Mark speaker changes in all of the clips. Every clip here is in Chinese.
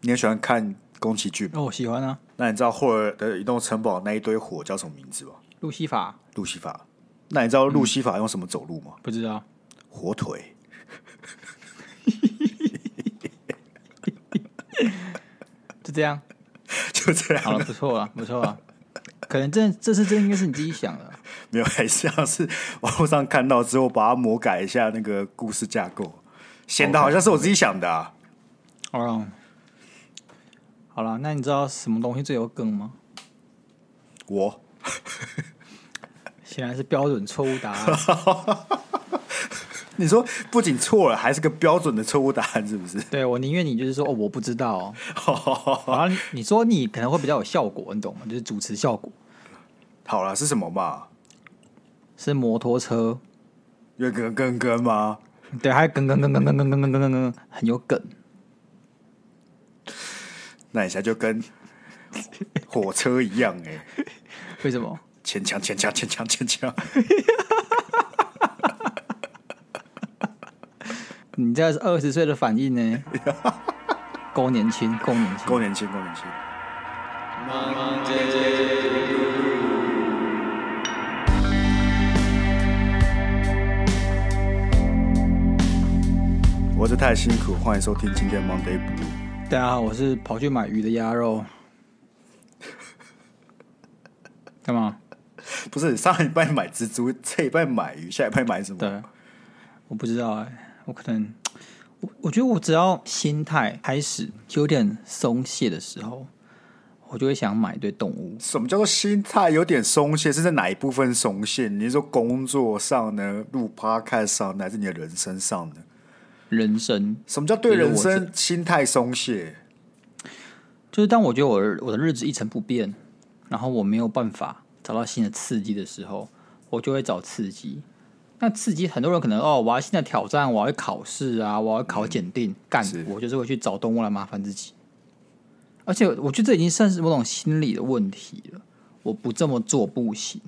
Speaker 1: 你很喜欢看宫崎骏吗？
Speaker 2: 哦，我喜欢啊，
Speaker 1: 那你知道霍尔的移动城堡那一堆火叫什么名字吗？
Speaker 2: 路西法
Speaker 1: 路西法。那你知道路西法用什么走路吗？
Speaker 2: 不知道，
Speaker 1: 火腿。
Speaker 2: 就这样。哦
Speaker 1: 就这样，
Speaker 2: 好了，不错啊了，不错了。可能这这次这应该是你自己想的，
Speaker 1: 没有，还像是网络上看到之后，把它魔改一下那个故事架构，显得好像是我自己想的、啊。
Speaker 2: 哦，好了，那你知道什么东西最有梗吗？
Speaker 1: 我
Speaker 2: 显然是标准错误答案。
Speaker 1: 你说不仅错了，还是个标准的错误答案，是不 是？
Speaker 2: 对我宁愿你就是说哦，我不知道哦。然后你你说你可能会比较有效果，你懂吗？就是主持效果
Speaker 1: 好了，是什么嘛？
Speaker 2: 是摩托车，
Speaker 1: 有梗梗梗吗？
Speaker 2: 对，还有梗梗梗梗梗梗梗梗梗梗，很有梗。
Speaker 1: 那一下就跟火车一样哎、
Speaker 2: 为什么？
Speaker 1: 牵强牵强牵强牵强。
Speaker 2: 你这是二十岁的反应呢？够年轻，够年轻。
Speaker 1: 够年轻，够年轻。我是太辛苦，欢迎收听今天 Monday Blue。
Speaker 2: 大家好，我是跑去买鱼的鸭肉。干嘛？
Speaker 1: 不是上礼拜买蜘蛛，这礼拜买鱼，下礼拜买什么？
Speaker 2: 对，我不知道哎、我可能，我我觉得我只要心态开始有点松懈的时候，我就会想买一堆动物。
Speaker 1: 什么叫做心态有点松懈？是在哪一部分松懈？你是说工作上呢，录 podcast 上呢，还是你的人生上呢？
Speaker 2: 人生
Speaker 1: 什么叫对
Speaker 2: 比如
Speaker 1: 人
Speaker 2: 我是
Speaker 1: 生心态松懈？
Speaker 2: 就是当我觉得我的我的日子一成不变，然后我没有办法找到新的刺激的时候，我就会找刺激。那刺激很多人可能哦，我要新的挑战，我要去考试啊，我要考检定，干、
Speaker 1: 嗯是
Speaker 2: 我就是会去找动物来麻烦自己。而且我觉得这已经算是某种心理的问题了，我不这么做不行。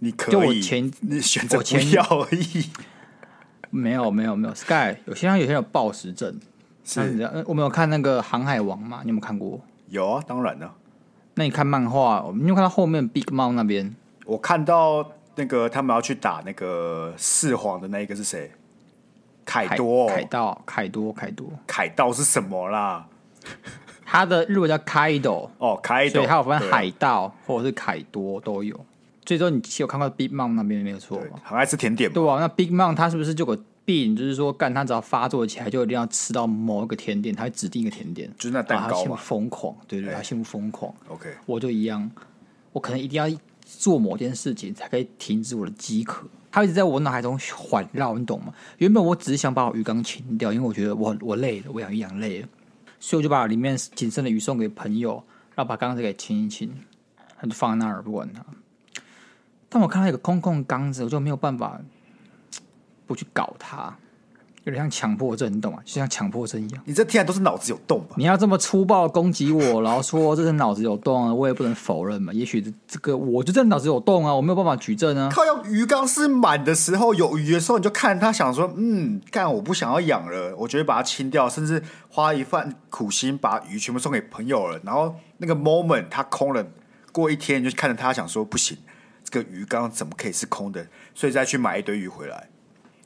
Speaker 1: 你可以，
Speaker 2: 就我前
Speaker 1: 你选择
Speaker 2: 我
Speaker 1: 不
Speaker 2: 前
Speaker 1: 要而 已。
Speaker 2: 没有没有没有，Sky 有些人有些人有暴食症，那你
Speaker 1: 是
Speaker 2: 知道？呃我们有看那个《航海王》嘛？你有没有看过？
Speaker 1: 有啊，当然了、
Speaker 2: 那你看漫画，你有没有看到后面 Big Mom 那边？
Speaker 1: 我看到那个他们要去打那个四皇的那一个是谁？凯多哦、
Speaker 2: 凯道、凯多、凯多，
Speaker 1: 凯道是什么啦？
Speaker 2: 它的日文叫 Kaido，
Speaker 1: 哦，凯
Speaker 2: 所
Speaker 1: 多，
Speaker 2: 以它有分
Speaker 1: 对
Speaker 2: 海盗或者是凯多都有。最终你有看过 Big Mom 那边没有错
Speaker 1: 对
Speaker 2: 吧？
Speaker 1: 很爱吃甜点嘛。
Speaker 2: 对啊，那 Big Mom 它是不是就有个病，就是说干它只要发作起来就一定要吃到某一个甜点，它会指定一个甜点，
Speaker 1: 就是那蛋
Speaker 2: 然
Speaker 1: 糕
Speaker 2: 后它陷入
Speaker 1: 嘛
Speaker 2: 疯狂，对对，
Speaker 1: 哎
Speaker 2: 它陷入疯狂。
Speaker 1: OK，
Speaker 2: 我就一样，我可能一定要做某件事情才可以停止我的饥渴。它一直在我脑海中环绕，你懂吗？原本我只是想把我鱼缸清掉，因为我觉得我我累了，我养鱼养累了，所以我就把里面仅剩的鱼送给朋友，然后把缸子给清一清，他就放在那儿不管它。但我看到一个空空缸子，我就没有办法嘖不去搞它，有点像强迫症，你懂吗？就像强迫症一样。
Speaker 1: 你这听来都是脑子有洞吧？
Speaker 2: 你要这么粗暴地攻击我，然后说这是脑子有洞啊，我也不能否认嘛。也许这个我就真的脑子有洞啊，我没有办法举证啊。
Speaker 1: 靠，要鱼缸是满的时候，有鱼的时候，你就看它，想说，嗯，干，我不想要养了，我觉得把它清掉，甚至花一番苦心把鱼全部送给朋友了。然后那个 moment 它空了，过一天你就看着它，想说不行，这个鱼缸怎么可以是空的？所以再去买一堆鱼回来。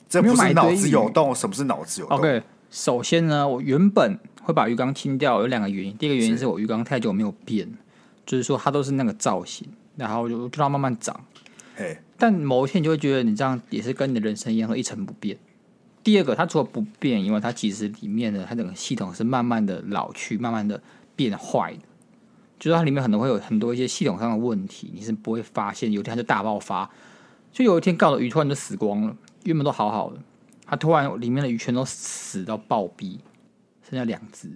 Speaker 1: 这
Speaker 2: 没有
Speaker 1: 不
Speaker 2: 买
Speaker 1: 是
Speaker 2: 一堆
Speaker 1: 脑子有
Speaker 2: 鱼
Speaker 1: 洞，什么是脑子有洞
Speaker 2: OK，首先呢，我原本会把鱼缸清掉，有两个原因。第一个原因是我鱼缸太久没有变，就是说它都是那个造型，然后就就让它慢慢长。
Speaker 1: 嘿，
Speaker 2: 但某一天你就会觉得你这样也是跟你的人生一样，都一成不变。第二个，它除了不变以外，它其实里面的它整个系统是慢慢的老去，慢慢的变坏的。就是它里面可能会有很多一些系统上的问题，你是不会发现。有一天它就大爆发，就有一天告的鱼突然就死光了，原本都好好的，它突然里面的鱼全都死到暴毙，剩下两只。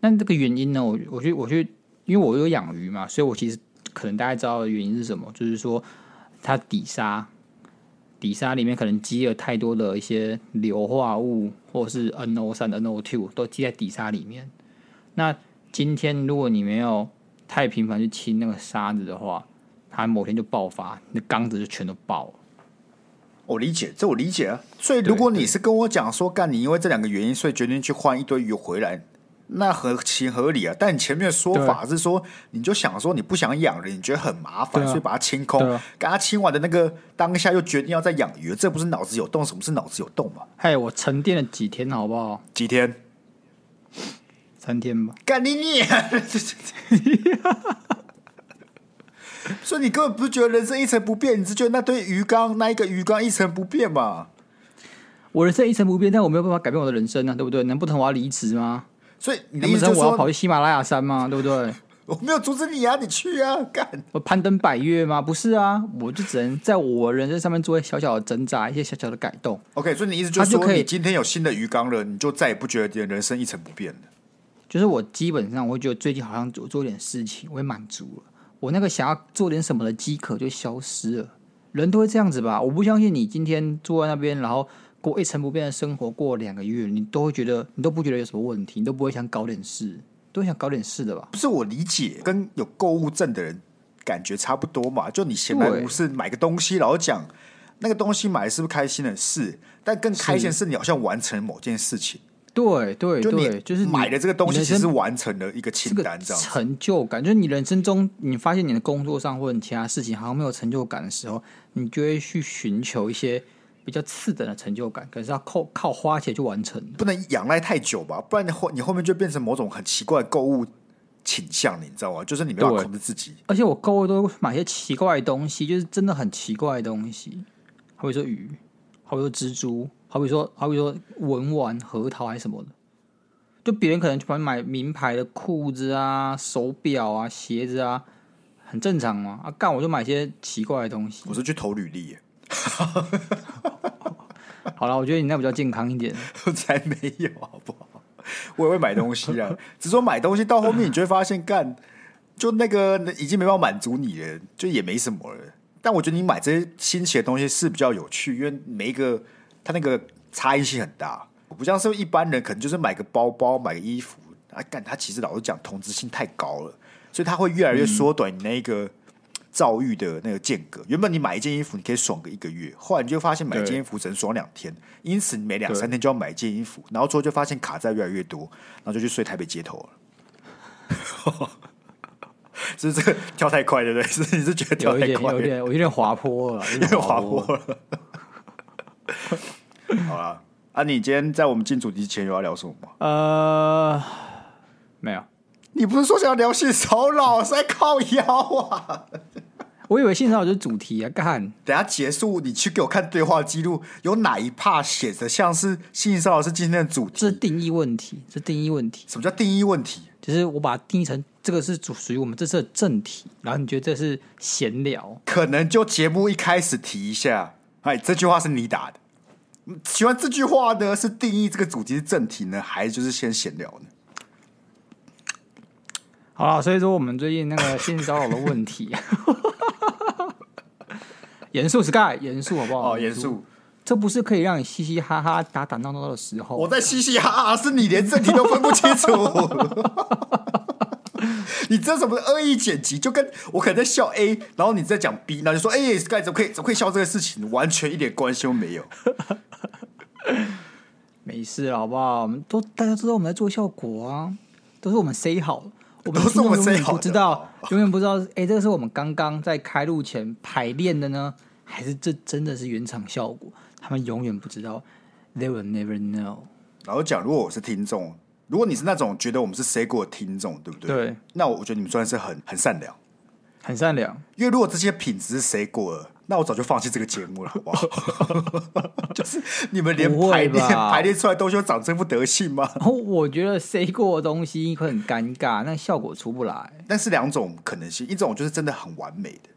Speaker 2: 那这个原因呢？我我去我去，因为我有养鱼嘛，所以我其实可能大家知道的原因是什么，就是说它底沙，底沙里面可能积了太多的一些硫化物，或者是 NO 三、NO two 都积在底沙里面。那今天如果你没有太频繁去清那个沙子的话，它某天就爆发，你的缸子就全都爆了。
Speaker 1: 我理解，这我理解啊。所以
Speaker 2: 对
Speaker 1: 如果你是跟我讲说，干，你因为这两个原因，所以决定去换一堆鱼回来，那合情合理啊。但你前面的说法是说，你就想说你不想养了，你觉得很麻烦，
Speaker 2: 对啊
Speaker 1: 所以把它清空。
Speaker 2: 对啊
Speaker 1: 跟他清完的那个当下又决定要再养鱼，这不是脑子有洞，什么是脑子有洞嘛？
Speaker 2: 嘿，我沉淀了几天，好不好？
Speaker 1: 几天？
Speaker 2: 三天吧。
Speaker 1: 干你你！ 所以你根本不是觉得人生一成不变，你只觉得那堆鱼缸那一个鱼缸一成不变嘛。
Speaker 2: 我人生一成不变，但我没有办法改变我的人生啊，对不对？难不成我要离职吗？
Speaker 1: 所以你的
Speaker 2: 难
Speaker 1: 意
Speaker 2: 不
Speaker 1: 思就
Speaker 2: 成
Speaker 1: 是
Speaker 2: 我要
Speaker 1: 说，
Speaker 2: 跑去喜马拉雅山吗？对不对？
Speaker 1: 我没有阻止你啊，你去啊， 干！
Speaker 2: 我呃攀登百越吗？不是啊，我就只能在我人生上面做一些小小的挣扎，一些小小的改动。
Speaker 1: OK，所以你意思就是
Speaker 2: 他
Speaker 1: 说，
Speaker 2: 就可以
Speaker 1: 你今天有新的鱼缸了，你就再也不觉得你的人生一成不变了。
Speaker 2: 就是我基本上，我会觉得最近好像做做点事情，我也满足了，我那个想要做点什么的饥渴就消失了。人都会这样子吧？我不相信你今天坐在那边，然后过一成不变的生活过两个月，你都会觉得你都不觉得有什么问题，你都不会想搞点事，都会想搞点事的吧？
Speaker 1: 不是我理解，跟有购物症的人感觉差不多嘛。就你闲来
Speaker 2: 对
Speaker 1: 无事买个东西，然后讲那个东西买是不是开心的事，但更开心的是你好像完成某件事情。
Speaker 2: 对对
Speaker 1: 就
Speaker 2: 对，
Speaker 1: 你
Speaker 2: 就是你
Speaker 1: 买的这个东
Speaker 2: 你
Speaker 1: 西，
Speaker 2: 人
Speaker 1: 其
Speaker 2: 生
Speaker 1: 实完成了一个
Speaker 2: 这
Speaker 1: 清
Speaker 2: 个
Speaker 1: 单，这样子。
Speaker 2: 成就感，就是你人生中你发现你的工作上或者你其他事情好像没有成就感的时候，你就会去寻求一些比较次等的成就感，可是要靠靠花钱去完成的。
Speaker 1: 不能仰赖太久吧，不然你后你后面就变成某种很奇怪的购物倾向，你知道吗？就是你没办法
Speaker 2: 对
Speaker 1: 控制自己。
Speaker 2: 而且我购物都会买一些奇怪的东西，就是真的很奇怪的东西，好比说鱼，好比说蜘蛛，好比说好比说文玩、核桃还是什么的。就别人可能就帮你买名牌的裤子啊、手表啊、鞋子啊，很正常嘛。啊，干我就买一些奇怪的东西。
Speaker 1: 我是去投履历耶，
Speaker 2: 好了，我觉得你那比较健康一点。
Speaker 1: 我才没有，好不好？我也会买东西啊，只是说买东西到后面，你就会发现，干就那个已经没办法满足你了，就也没什么了。但我觉得你买这些新奇的东西是比较有趣，因为每一个它那个差异性很大，不像是一般人可能就是买个包包、买个衣服啊，干他其实老实讲，同质性太高了，所以它会越来越缩短你那个。遭遇的那个间隔，原本你买一件衣服，你可以爽个一个月，后来你就发现买一件
Speaker 2: 对
Speaker 1: 衣服只能爽两天，因此你每两
Speaker 2: 对
Speaker 1: 三天就要买一件衣服，然后之后就发现卡债越来越多，然后就去睡台北街头了。是这个 跳太快，对不对？是你是觉得 跳
Speaker 2: 有一
Speaker 1: 太
Speaker 2: 点，
Speaker 1: 快，
Speaker 2: 有一点，我有点滑坡了，有
Speaker 1: 有点
Speaker 2: 点
Speaker 1: 滑
Speaker 2: 滑坡。
Speaker 1: 坡了。 好啦，啊，你今天在我们进主题前有要聊什么吗？
Speaker 2: 呃，没有，
Speaker 1: 你不是说想要聊性骚扰，是在靠腰啊？
Speaker 2: 我以为性骚扰就是主题啊，干
Speaker 1: 等一下结束，你去给我看对话记录，有哪一 part 写的像是性骚扰是今天的主
Speaker 2: 这是
Speaker 1: 题？
Speaker 2: 定义问题，这是定义问题，
Speaker 1: 什么叫定义问题？
Speaker 2: 就是我把它定义成这个是主属于我们这次的正题，然后你觉得这是闲聊，
Speaker 1: 可能就节目一开始提一下，哎，这句话是你打的。嗯喜欢这句话呢，是定义这个主题是正题呢，还是就是先闲聊呢？
Speaker 2: 好了，所以说我们最近那个性骚扰的问题， 严肃 Sky，严肃好不好？
Speaker 1: 哦，严，肃，
Speaker 2: 这不是可以让你嘻嘻哈哈、打打闹闹的时候。
Speaker 1: 哦我在嘻嘻哈哈，是你连正题都分不清 楚。你这什么恶意剪辑？就跟我可能在笑 A，然后你在讲 B，然后就说：“哎、s k y 怎么可以怎么可以笑这个事情？完全一点关系都没有。
Speaker 2: 没事，好不好？我们都大家知道我们在做效果啊，都是我们 say 好的，我们
Speaker 1: 都是我们
Speaker 2: 听众
Speaker 1: say
Speaker 2: 永远
Speaker 1: 好的
Speaker 2: 不知道，永远不知道，哎、这个是我们刚刚在开录前排练的呢，还是这真的是原厂效果？他们永远不知道，they will never know。”
Speaker 1: 然后讲，如果我是听众，如果你是那种觉得我们是 say 过的听众，对不对？
Speaker 2: 对，
Speaker 1: 那我觉得你们算是很很善良。
Speaker 2: 很善良，
Speaker 1: 因为如果这些品质是谁过了，那我早就放弃这个节目了， 好不好？就是你们连
Speaker 2: 不
Speaker 1: 排
Speaker 2: 会吧
Speaker 1: 练排练出来东西都长这副德性吗？
Speaker 2: 然后我觉得 say 过的东西会很尴尬，那效果出不来。
Speaker 1: 但是两种可能性，一种就是真的很完美的，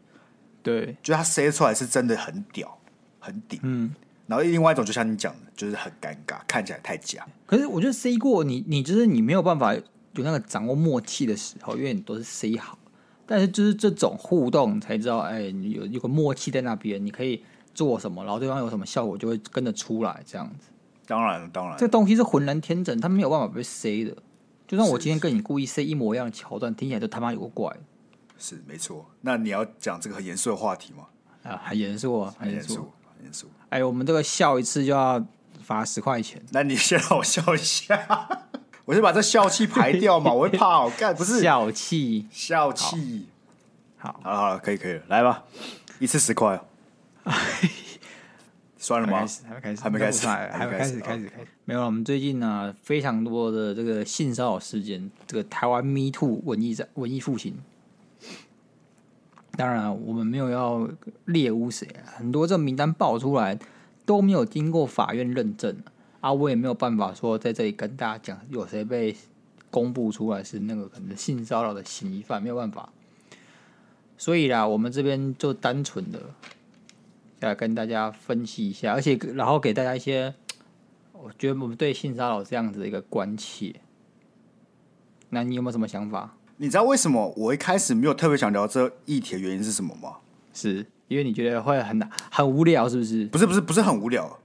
Speaker 2: 对，
Speaker 1: 就是他塞出来是真的很屌、很顶，嗯。然后另外一种就像你讲的，就是很尴尬，看起来太假。
Speaker 2: 可是我觉得 C 过你，你就是你没有办法有那个掌握默契的时候，因为你都是 C 好。但是就是这种互动，你才知道，哎，你有有个默契在那边，你可以做什么，然后对方有什么效果就会跟着出来，这样子。
Speaker 1: 当然了，当然
Speaker 2: 这
Speaker 1: 了，
Speaker 2: 个东西是浑然天成，他没有办法被 C 的。就算我今天跟你故意 C 一模一样的桥段，听起来都他妈有个怪
Speaker 1: 是没错。那你要讲这个很严肃的话题吗？
Speaker 2: 啊，很严肃啊，
Speaker 1: 很
Speaker 2: 很严
Speaker 1: 严肃
Speaker 2: 肃。，
Speaker 1: 很严肃。
Speaker 2: 哎，我们这个笑一次就要罚十块钱。
Speaker 1: 那你先让我笑一下。 我就把这笑气排掉嘛，我会怕哦，干不是
Speaker 2: 小气，
Speaker 1: 笑气。
Speaker 2: 好
Speaker 1: 好了好了，可以可以了，来吧，一次十块哦，算了
Speaker 2: 还没
Speaker 1: 吗
Speaker 2: 开？始，还没开始，
Speaker 1: 还没开始
Speaker 2: 还
Speaker 1: 还
Speaker 2: 没开始，
Speaker 1: 没开
Speaker 2: 开
Speaker 1: 始
Speaker 2: 始，开始。没有了，我们最近呢，非常多的这个性骚扰事件，这个台湾 Me Too 文艺在文艺复兴。当然啊，我们没有要猎污谁啊，很多这名单爆出来都没有经过法院认证啊啊，我也没有办法说在这里跟大家讲有谁被公布出来是那个可能性骚扰的嫌疑犯，没有办法。所以啦，我们这边就单纯的来跟大家分析一下，而且然后给大家一些，我觉得我们对性骚扰这样子的一个关切。那你有没有什么想法？
Speaker 1: 你知道为什么我一开始没有特别想聊这议题的原因是什么吗？
Speaker 2: 是因为你觉得会很难很无聊，是不是？
Speaker 1: 不是不是不是很无聊，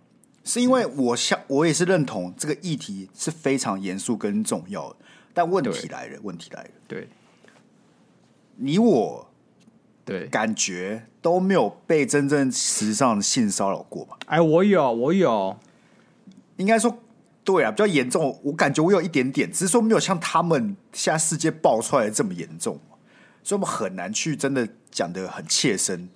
Speaker 1: 是因为我相我也是认同这个议题是非常严肃跟重要的。但问题
Speaker 2: 对
Speaker 1: 来了，问题来了，
Speaker 2: 对
Speaker 1: 你我
Speaker 2: 对，
Speaker 1: 感觉都没有被真正时尚性骚扰过吧？
Speaker 2: 哎，我有我有，
Speaker 1: 应该说，对啊，比较严重。我感觉我有一点点，只是说没有像他们现在世界爆出来的这么严重嘛，所以我们很难去真的讲的很切身，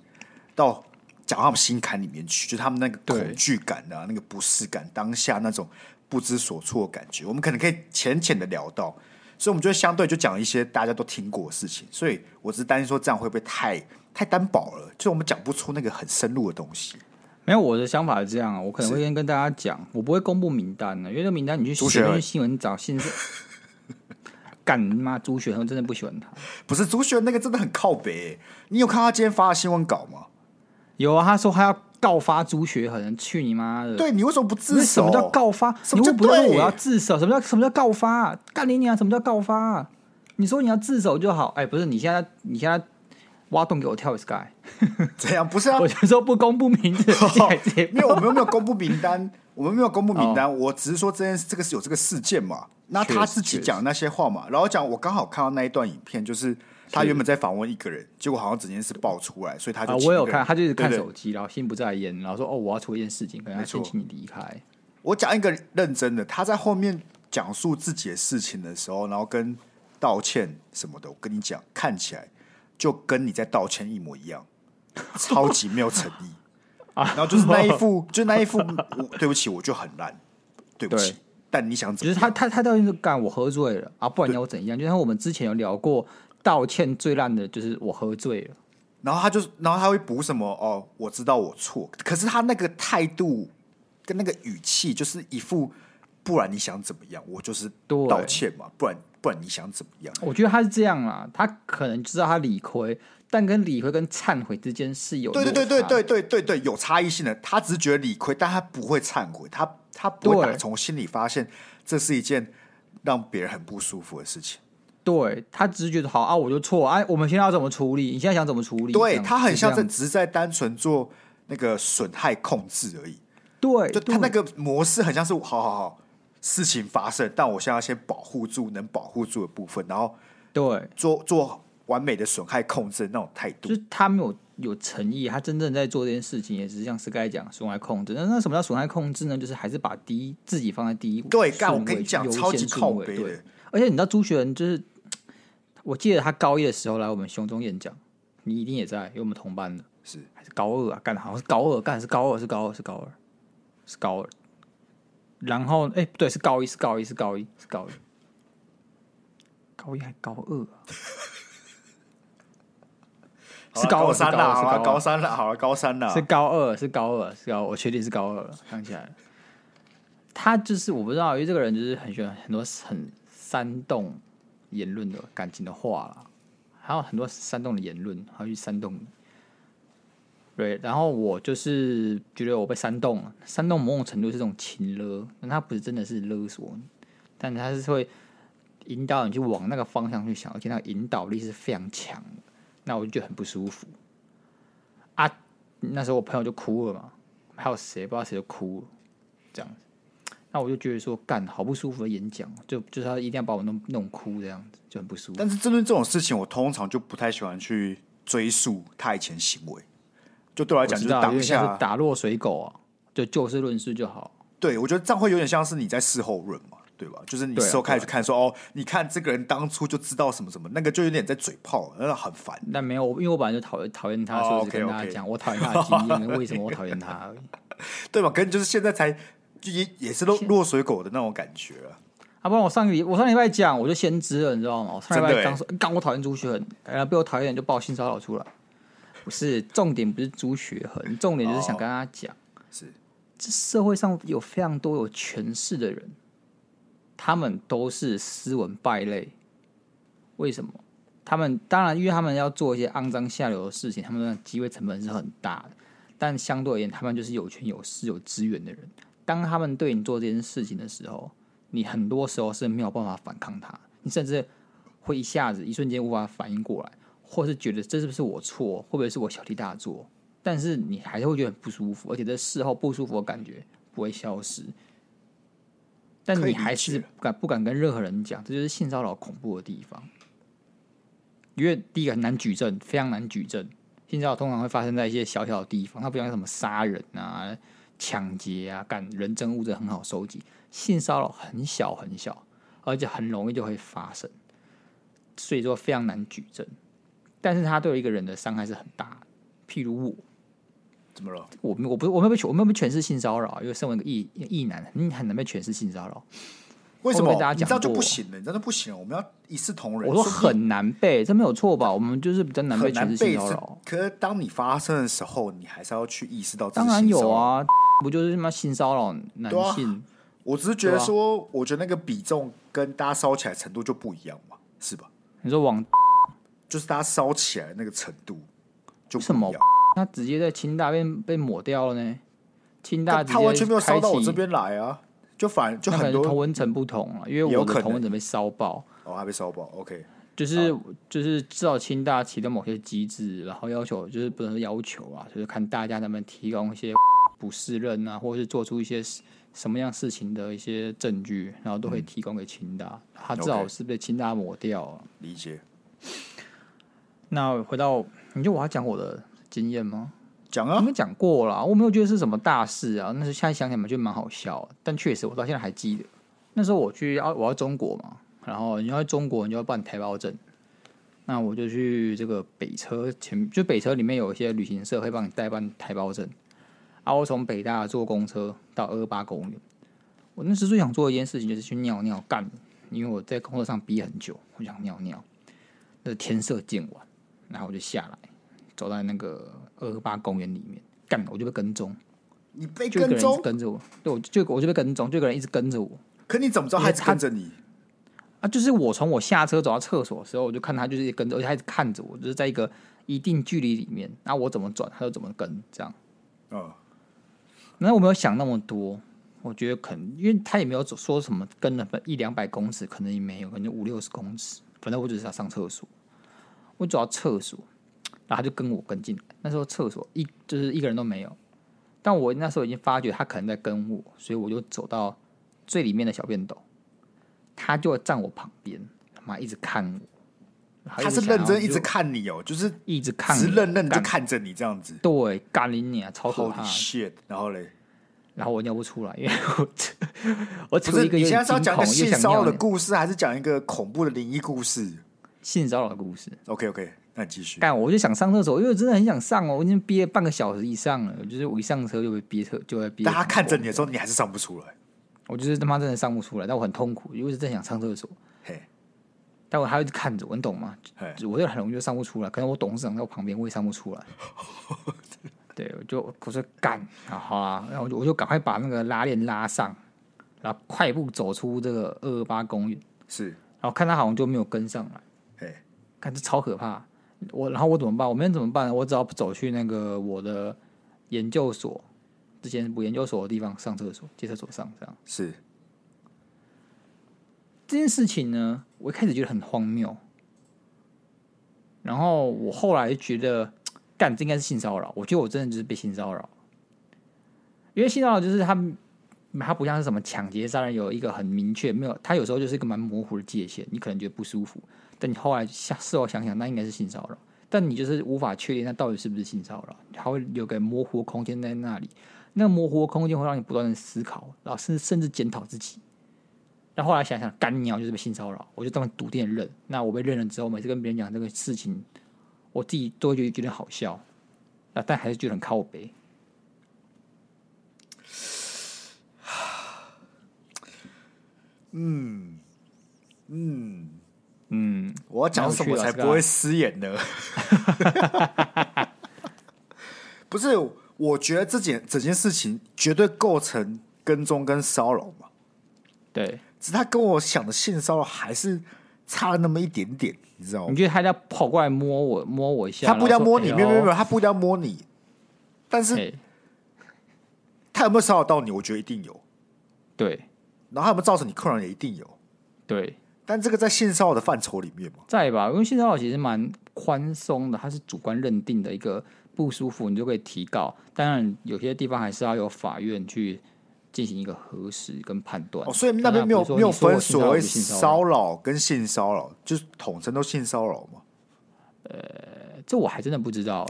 Speaker 1: 到讲到他们心坎里面去，就他们那个
Speaker 2: 对
Speaker 1: 恐惧感啊，那个不适感，当下那种不知所措的感觉，我们可能可以浅浅的聊到。所以，我们就会相对就讲一些大家都听过的事情，所以我只是担心说这样会不会太太单薄了，就是我们讲不出那个很深入的东西。
Speaker 2: 没有我的想法是这样啊，我可能会先跟大家讲，我不会公布名单的，因为这名单你去
Speaker 1: 朱
Speaker 2: 随
Speaker 1: 学
Speaker 2: 便
Speaker 1: 恒
Speaker 2: 去新闻 找性骚。干你妈朱雪恒真的不喜欢他，
Speaker 1: 不是朱璇那个真的很靠北欸、你有看他今天发的新闻稿吗？
Speaker 2: 有啊，他说他要告发朱雪恒，去你妈的！
Speaker 1: 对你为什么不自
Speaker 2: 那
Speaker 1: 首？
Speaker 2: 什么叫告发？
Speaker 1: 什
Speaker 2: 你
Speaker 1: 么
Speaker 2: 又
Speaker 1: 叫
Speaker 2: 不是说
Speaker 1: 对
Speaker 2: 我要自首？什么叫什么叫告发、干你娘！什么叫告发、你说你要自首就好，哎、不是你现在你现在挖洞给我跳 sky，
Speaker 1: 怎样？不是啊
Speaker 2: 我，就说不公布 名字，你还直接
Speaker 1: 没有，我们又没有公布名单， 我们没有公布名单，我只是说这件这个是有这个事件嘛。那
Speaker 2: 哦确
Speaker 1: 他
Speaker 2: 实
Speaker 1: 自己
Speaker 2: 确
Speaker 1: 讲那些话嘛，然后讲我刚好看到那一段影片，就是他原本在访问一个人，结果好像整件事爆出来，所以他就
Speaker 2: 啊，
Speaker 1: 请
Speaker 2: 我
Speaker 1: 一
Speaker 2: 有
Speaker 1: 个人
Speaker 2: 看，他就是看
Speaker 1: 对对
Speaker 2: 手机，然后心不在焉，然后说哦，我要出一件事情，可能他
Speaker 1: 没错
Speaker 2: 先请你离开。
Speaker 1: 我讲一个认真的，他在后面讲述自己的事情的时候，然后跟道歉什么的，我跟你讲，看起来就跟你在道歉一模一 样，超级没有诚意。
Speaker 2: 啊
Speaker 1: 然后就是那一 副，就那一副，我对不起，我就很烂，对不起
Speaker 2: 对。
Speaker 1: 但你想怎
Speaker 2: 就
Speaker 1: 么
Speaker 2: 是
Speaker 1: 样？
Speaker 2: 他他他到底是干我喝醉了啊，不然你要我怎样？就像我们之前有聊过，道歉最烂的就是我喝醉了。
Speaker 1: 然后他就，然后他会补什么？哦，我知道我错，可是他那个态度跟那个语气，就是一副，不然你想怎么样？我就是
Speaker 2: 对
Speaker 1: 道歉嘛，不然不然你想怎么样？
Speaker 2: 我觉得他是这样啦，他可能知道他理亏，但跟理亏跟忏悔之间是有
Speaker 1: 对对对
Speaker 2: 落
Speaker 1: 对
Speaker 2: 差
Speaker 1: 对对对对，有差异性的。他只是觉得理亏，但他不会忏悔，他他不会
Speaker 2: 对
Speaker 1: 打从心里发现这是一件让别人很不舒服的事情。
Speaker 2: 对他只是觉得好啊，我就错啊，我们现在要怎么处理？你现在想怎么处理？这
Speaker 1: 对
Speaker 2: 样
Speaker 1: 他很像在
Speaker 2: 是这样
Speaker 1: 只是在单纯做那个损害控制而已，
Speaker 2: 对，
Speaker 1: 就他
Speaker 2: 哎对
Speaker 1: 那个模式很像是好好好事情发生，但我现在要先保护住能保护住的部分，然后
Speaker 2: 对，
Speaker 1: 做做完美的损害控制的那种态度
Speaker 2: 就。是他没有有诚意，他真正在做这件事情，也只是像 Sky 讲损害控制。那那什么叫损害控制呢？就是还是把第一自己放在第一
Speaker 1: 对，干
Speaker 2: 顺
Speaker 1: 我跟你
Speaker 2: 位
Speaker 1: 讲，
Speaker 2: 优
Speaker 1: 超级
Speaker 2: 先
Speaker 1: 靠
Speaker 2: 顺位
Speaker 1: 背
Speaker 2: 对
Speaker 1: 的。
Speaker 2: 而且你知道朱学仁就是，我记得他高一的时候来我们雄中演讲，你一定也在，因为我们同班的，
Speaker 1: 是
Speaker 2: 还是高二啊？干好像是高二，干是高二，是高二，是高二，是高二。然后哎、不对，是高一，是高一，是高一，是高一，高一还高 二、啊？
Speaker 1: 好啦
Speaker 2: 是高
Speaker 1: 高
Speaker 2: 二是
Speaker 1: 三
Speaker 2: 高
Speaker 1: 啦，
Speaker 2: 二是
Speaker 1: 好了，
Speaker 2: 高二
Speaker 1: 高三了，好了，高三了
Speaker 2: 是。高二，是高二，是高二，我确定是高二了，想起来了。他就是我不知道，因为这个人就是很喜欢很多很煽动言论的感情的话啦，还有很多煽动的言论，还有去煽动你。对，然后我就是觉得我被煽动了，煽动某种程度是这种情勒，但他不是真的是勒索你，但他是会引导你去往那个方向去想，而且那个引导力是非常强的，那我就觉得很不舒服。啊，那时候我朋友就哭了嘛，还有谁不知道谁就哭了，这样子。那我就觉得说，干好不舒服的演讲，就就是他一定要把我弄弄哭，这样子就很不舒服。
Speaker 1: 但是针对这种事情，我通常就不太喜欢去追溯他以前行为。就对我来
Speaker 2: 我
Speaker 1: 讲，就
Speaker 2: 知
Speaker 1: 是
Speaker 2: 道，因
Speaker 1: 当
Speaker 2: 为像
Speaker 1: 下
Speaker 2: 是，打落水狗啊，就就事论事就好。
Speaker 1: 对我觉得这样会有点像是你在事后论嘛，对吧？就是你
Speaker 2: 对啊
Speaker 1: 事后开始
Speaker 2: 对
Speaker 1: 去看说、哦，你看这个人当初就知道什么什么，那个就有点在嘴炮，那很烦。
Speaker 2: 但没有，因为我本来就讨厌讨厌
Speaker 1: 哦
Speaker 2: 他，所以我只
Speaker 1: OK，
Speaker 2: 跟大家
Speaker 1: OK
Speaker 2: 讲我讨厌他的经验，为什么我讨厌他而已。
Speaker 1: 对吧？可能就是现在才就也也是落落水狗的那种感觉、啊。
Speaker 2: 啊，不然我上个礼我上礼拜讲我就先知了，你知道吗？我上礼
Speaker 1: 真的
Speaker 2: 拜
Speaker 1: 欸
Speaker 2: 刚说，干、我讨厌朱学恒，然后被我讨厌的人就把我性骚扰出来。不是，重点不是朱学恒，重点就是想跟他讲、
Speaker 1: 是
Speaker 2: 这社会上有非常多有权势的人，他们都是斯文败类。为什么？他们当然，因为他们要做一些肮脏下流的事情，他们的机会成本是很大的。但相对而言，他们就是有权有势、有资源的人。当他们对你做这件事情的时候，你很多时候是没有办法反抗他，你甚至会一下子一瞬间无法反应过来，或是觉得这是不是我错，会不会是我小题大做？但是你还是会觉得很不舒服，而且这事后不舒服的感觉不会消失。但
Speaker 1: 可以
Speaker 2: 你
Speaker 1: 理解
Speaker 2: 还是不敢不敢跟任何人讲，这就是性骚扰恐怖的地方。因为第一个很难举证，非常难举证。性骚扰通常会发生在一些小小的地方，它不像什么杀人啊、抢劫啊，干人证物证很好收集。性骚扰很小很小，而且很容易就会发生，所以说非常难举证。但是它对一个人的伤害是很大的。譬如我，
Speaker 1: 怎么了？
Speaker 2: 我没我不是我没有被诠我没有被诠释性骚扰啊，因为身为一个异异男，你很难被诠释性骚扰。
Speaker 1: 为什
Speaker 2: 我
Speaker 1: 么
Speaker 2: 跟大家
Speaker 1: 你
Speaker 2: 讲
Speaker 1: 这样就
Speaker 2: 过
Speaker 1: 不行了？你这样就不行了。我们要一视同仁。
Speaker 2: 我说
Speaker 1: 说不定
Speaker 2: 很难被，这没有错吧？我们就是比较难被
Speaker 1: 很
Speaker 2: 诠
Speaker 1: 难
Speaker 2: 释
Speaker 1: 被
Speaker 2: 性骚
Speaker 1: 是
Speaker 2: 扰。，啊
Speaker 1: 可是当你发生的时候，你还是要去意识到。
Speaker 2: 当然有，啊，不就是什么性骚扰男
Speaker 1: 对啊
Speaker 2: 性？
Speaker 1: 我只是觉得
Speaker 2: 啊
Speaker 1: 说，我觉得那个比重跟大家烧起来程度就不一样嘛，是吧？
Speaker 2: 你说往
Speaker 1: 就是大家烧起来那个程度就不
Speaker 2: 什么
Speaker 1: 一样
Speaker 2: 他直接在清大被被抹掉了呢？清大
Speaker 1: 但
Speaker 2: 直
Speaker 1: 他
Speaker 2: 接
Speaker 1: 完全没有烧到
Speaker 2: 开
Speaker 1: 我
Speaker 2: 启
Speaker 1: 这边来啊，就反就
Speaker 2: 那可
Speaker 1: 很
Speaker 2: 能
Speaker 1: 多
Speaker 2: 同温层不同了，因为
Speaker 1: 有
Speaker 2: 我
Speaker 1: 可
Speaker 2: 的
Speaker 1: 能
Speaker 2: 同温层被烧爆，
Speaker 1: 哦，还被烧爆。OK，
Speaker 2: 就是就是至少清大启动某些机制，然后要求就是不能说要求啊，就是看大家能不能提供一些不适任啊，或者是做出一些什么样事情的一些证据，然后都会提供给清大，他至少
Speaker 1: OK
Speaker 2: 是被清大抹掉啊了。
Speaker 1: 理解。
Speaker 2: 那回到你就我要讲我的经验吗？
Speaker 1: 讲
Speaker 2: 我
Speaker 1: 啊，
Speaker 2: 们讲过了，我没有觉得是什么大事啊。那是现在想起来嘛，觉得蛮好笑的。但确实，我到现在还记得，那时候我去啊，我要中国嘛，然后你要在中国，你就要办台胞证。那我就去这个北车前，就北车里面有一些旅行社会帮你代办台胞证。啊，我从北大坐公车到二八公园，我那时最想做的一件事情就是去尿尿干，因为我在公车上憋很久，我想尿尿。那天色渐晚，然后我就下来。走在那个二八公园里面，干，我就被跟踪，
Speaker 1: 你被
Speaker 2: 就一
Speaker 1: 哎跟
Speaker 2: 个人一直
Speaker 1: 踪，
Speaker 2: 跟着我，对，我就就我就被跟踪，就一个人一直跟着我
Speaker 1: 可你怎么知道他一直
Speaker 2: 他
Speaker 1: 跟着你？
Speaker 2: 啊，就是我从我下车走到厕所的时候，我就看他就是一直跟着，而且他一直看着我，就是在一个一定距离里面，然后我怎么转，他就怎么跟，这样。
Speaker 1: 嗯，
Speaker 2: 那我没有想那么多，我觉得可能因为他也没有说什么跟了一两百公尺，可能也没有，可能五六十公尺，反正我就是要上厕所，我走到厕所，然后他就跟我跟进来。那时候厕所一就是一个人都没有，但我那时候已经发觉他可能在跟我，所以我就走到最里面的小便斗，他就站我旁边，他妈一直看我。
Speaker 1: 他是认真一直
Speaker 2: 看，
Speaker 1: 看你哦，就是
Speaker 2: 一直看我，
Speaker 1: 直愣愣地就
Speaker 2: 干，
Speaker 1: 看着你这样子。
Speaker 2: 对，干你娘，超可
Speaker 1: Holy
Speaker 2: 怕的。
Speaker 1: shit！然后嘞，
Speaker 2: 然后我尿不出来，因为我我
Speaker 1: 不
Speaker 2: 处于
Speaker 1: 是
Speaker 2: 一个
Speaker 1: 你
Speaker 2: 有
Speaker 1: 现在
Speaker 2: 点
Speaker 1: 是要
Speaker 2: 惊
Speaker 1: 讲一个
Speaker 2: 恐又
Speaker 1: 性
Speaker 2: 想
Speaker 1: 骚
Speaker 2: 尿
Speaker 1: 扰的
Speaker 2: 的
Speaker 1: 故事，还是讲一个恐怖的灵异故事
Speaker 2: 性骚扰的故事。
Speaker 1: ？OK OK，那你继续。
Speaker 2: 但我就想上厕所，因为我真的很想上哦，我已经憋半个小时以上了，就是我一上车就会憋车，就会憋。
Speaker 1: 但他看着你的时候，你还是上不出来。
Speaker 2: 我就是他妈真的上不出来，但我很痛苦，因为我真的想上厕所，
Speaker 1: 嘿，
Speaker 2: 但我还要一直看着我，你懂吗？
Speaker 1: 嘿，
Speaker 2: 我就很容易就上不出来，可能我董事长在我旁边，我也上不 出来。对，我就我说干，啊好啊，然后我就我就赶快把那个拉链拉上，然后快步走出这个二二八公园，
Speaker 1: 是，
Speaker 2: 然后看他好像就没有跟上来。
Speaker 1: 嘿，
Speaker 2: 看这超可怕。我然后我怎么办？我没能怎么办？我只好走去那个我的研究所，之前补研究所的地方上厕所，借厕所上这样。
Speaker 1: 是，
Speaker 2: 这件事情呢，我一开始觉得很荒谬，然后我后来觉得，干这应该是性骚扰。我觉得我真的就是被性骚扰，因为性骚扰就是他们，他不像是什么抢劫杀人有一个很明确，没有他有时候就是一个蛮模糊的界限，你可能觉得不舒服，但你后来下事后想想，那应该是性骚扰。但你就是无法确定那到底是不是性骚扰，它会留给模糊的空间在那里。那个模糊的空间会让你不断的思考，然后甚甚至检讨自己。但后来想想，干鸟就是被性骚扰，我就这么笃定地认。那我被认了之后，每次跟别人讲这个事情，我自己都会觉得觉得好笑，啊，但还是觉得很靠背。嗯
Speaker 1: 我要啊讲什么才不会失言呢？ 不是，我觉得这件整件事情绝对构成跟踪跟骚扰嘛，
Speaker 2: 对，
Speaker 1: 只是他跟我想的性骚扰还是差了那么一点点，你啊知道
Speaker 2: 你
Speaker 1: 吗？
Speaker 2: 觉得他要跑过来摸我摸我一下，
Speaker 1: 他不一定要摸你，
Speaker 2: 然
Speaker 1: 没
Speaker 2: 后
Speaker 1: 有
Speaker 2: 说
Speaker 1: 没有没有，
Speaker 2: 哎
Speaker 1: 他不一定要摸你，但
Speaker 2: 呦
Speaker 1: 是
Speaker 2: 哎
Speaker 1: 他有没有骚扰到你，我觉得一定有，
Speaker 2: 对
Speaker 1: 然后他有没有造成你困扰也一定有，
Speaker 2: 对，
Speaker 1: 但这个在性骚扰的范畴里面嘛，
Speaker 2: 再吧，因为性骚扰其实蛮宽松的，它是主观认定的一个不舒服，你就可以提告。当然，有些地方还是要由法院去进行一个核实跟判断。
Speaker 1: 哦，所以那边没有
Speaker 2: 当然不是说
Speaker 1: 没有
Speaker 2: 你说我
Speaker 1: 分所谓
Speaker 2: 性性骚
Speaker 1: 骚
Speaker 2: 扰，
Speaker 1: 扰跟性骚扰，就是统称都性骚扰嘛。
Speaker 2: 这我还真的不知道。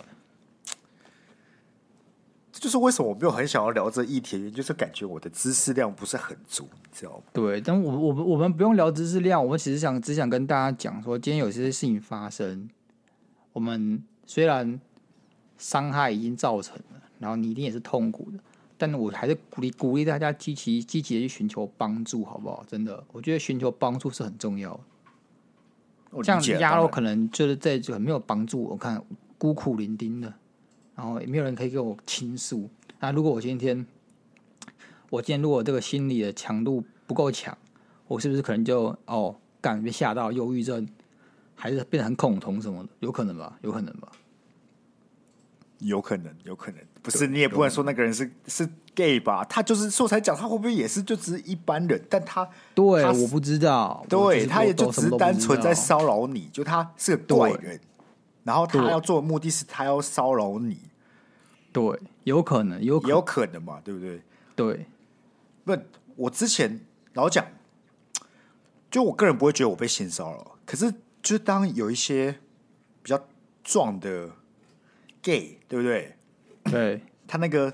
Speaker 1: 这就是为什么我没有很想要聊这议题，原因就是感觉我的知识量不是很足，你知道吗？
Speaker 2: 对，但我我们我们不用聊知识量，我们只是想只想跟大家讲说，今天有些事情发生，我们虽然伤害已经造成了，然后你一定也是痛苦的，但我还是鼓励鼓励大家积极积极的去寻求帮助，好不好？真的，我觉得寻求帮助是很重要的。
Speaker 1: 我
Speaker 2: 这
Speaker 1: 理
Speaker 2: 样
Speaker 1: 解啊
Speaker 2: 鸭
Speaker 1: 当
Speaker 2: 肉
Speaker 1: 然
Speaker 2: 可能就是在这个没有帮助，我看孤苦伶仃的，然后也没有人可以跟我倾诉。那如果我今天，我今天如果这个心理的强度不够强，我是不是可能就哦，感被吓到忧郁症，还是变得很恐同什么的？有可能吧，有可能吧。
Speaker 1: 有可能，有可能不是你也不能说那个人是是 gay 吧？他就是说才讲，他会不会也是就只是一般人？但他
Speaker 2: 对，
Speaker 1: 他是
Speaker 2: 我不知道，我
Speaker 1: 对
Speaker 2: 是
Speaker 1: 他也
Speaker 2: 我都
Speaker 1: 就只
Speaker 2: 什
Speaker 1: 是
Speaker 2: 么都不
Speaker 1: 单纯
Speaker 2: 知
Speaker 1: 在
Speaker 2: 道
Speaker 1: 骚扰你，就他是个怪
Speaker 2: 对
Speaker 1: 人，然后他
Speaker 2: 对
Speaker 1: 要做的目的是他要骚扰你，
Speaker 2: 对，有可能，有可
Speaker 1: 也有可能嘛，对不对？
Speaker 2: 对，
Speaker 1: 不，我之前老讲，就我个人不会觉得我被性骚扰，可是就是当有一些比较壮的 gay，对不对？
Speaker 2: 对，
Speaker 1: 他那个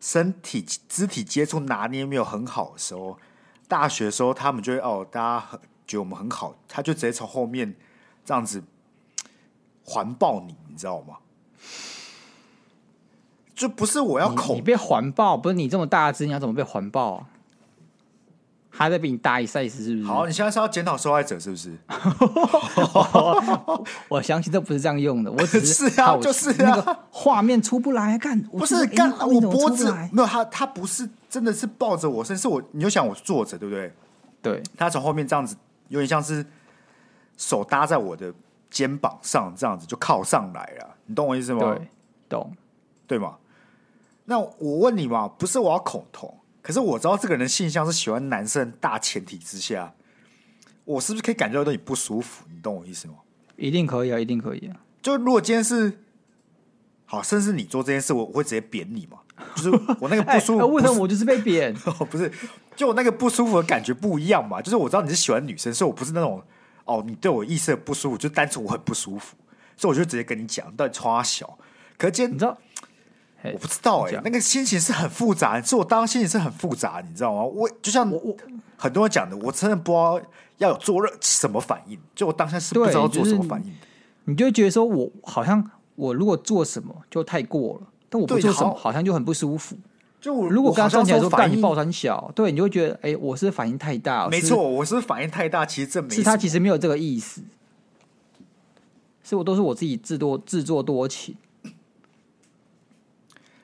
Speaker 1: 身体肢体接触拿捏没有很好的时候，大学的时候他们就会哦，大家很觉得我们很好，他就直接从后面这样子环抱你，你知道吗？就不是我要
Speaker 2: 你你
Speaker 1: 恐，
Speaker 2: 被环抱，不是你这么大只，你要怎么被环抱啊？他在比你大一 size 是不是？
Speaker 1: 好，你现在是要检讨受害者是不是？
Speaker 2: 我相信这不是这样用的，我只
Speaker 1: 是啊
Speaker 2: 好奇
Speaker 1: 就是啊
Speaker 2: 那个画面出不来，干我
Speaker 1: 不
Speaker 2: 觉
Speaker 1: 是
Speaker 2: 得哎
Speaker 1: 干
Speaker 2: 画
Speaker 1: 我
Speaker 2: 面怎么
Speaker 1: 脖
Speaker 2: 出不
Speaker 1: 子
Speaker 2: 来
Speaker 1: 没有他，他不是真的是抱着我身，是我你就想我坐着对不对？
Speaker 2: 对
Speaker 1: 他从后面这样子，有点像是手搭在我的肩膀上，这样子就靠上来了，你懂我意思吗？
Speaker 2: 对懂
Speaker 1: 对吗？那我问你嘛，不是我要恐同，可是我知道这个人的性向是喜欢男生，大前提之下，我是不是可以感觉到你不舒服？你懂我意思吗？
Speaker 2: 一定可以啊，一定可以啊，
Speaker 1: 就如果今天是好，甚至你做这件事，我我会直接扁你嘛，就是我那个不舒
Speaker 2: 哎
Speaker 1: 服，
Speaker 2: 呃为什
Speaker 1: 不
Speaker 2: 么
Speaker 1: 是
Speaker 2: 我就是被 扁？
Speaker 1: 哦，不是，就我那个不舒服的感觉不一样嘛。就是我知道你是喜欢女生，所以我不是那种哦，你对我意识的不舒服，就单纯我很不舒服，所以我就直接跟你讲，你到底穿小。可是今
Speaker 2: 你
Speaker 1: 天
Speaker 2: 知道
Speaker 1: 我不知道哎、
Speaker 2: 讲
Speaker 1: 那个心情是很复杂，是我当时心情是很复杂，你知道吗？我就像
Speaker 2: 我我
Speaker 1: 很多人讲的，我真的不知道要有做任什么反应，就我当下是不知道
Speaker 2: 对
Speaker 1: 做
Speaker 2: 就是
Speaker 1: 什么反应的。
Speaker 2: 你就会觉得说我好像我如果做什么就太过了，但我不
Speaker 1: 对
Speaker 2: 做什么
Speaker 1: 好
Speaker 2: 好像就很不舒服。
Speaker 1: 就我
Speaker 2: 如果刚
Speaker 1: 我好像
Speaker 2: 站起来说
Speaker 1: 反
Speaker 2: 干
Speaker 1: 应
Speaker 2: 你爆很小，对你就会觉得哎、我是反应太大，
Speaker 1: 没
Speaker 2: 是
Speaker 1: 错，我是反应太大，其实这没
Speaker 2: 是
Speaker 1: 什
Speaker 2: 他
Speaker 1: 么
Speaker 2: 其实没有这个意思，是我都是我自己自多自作多情。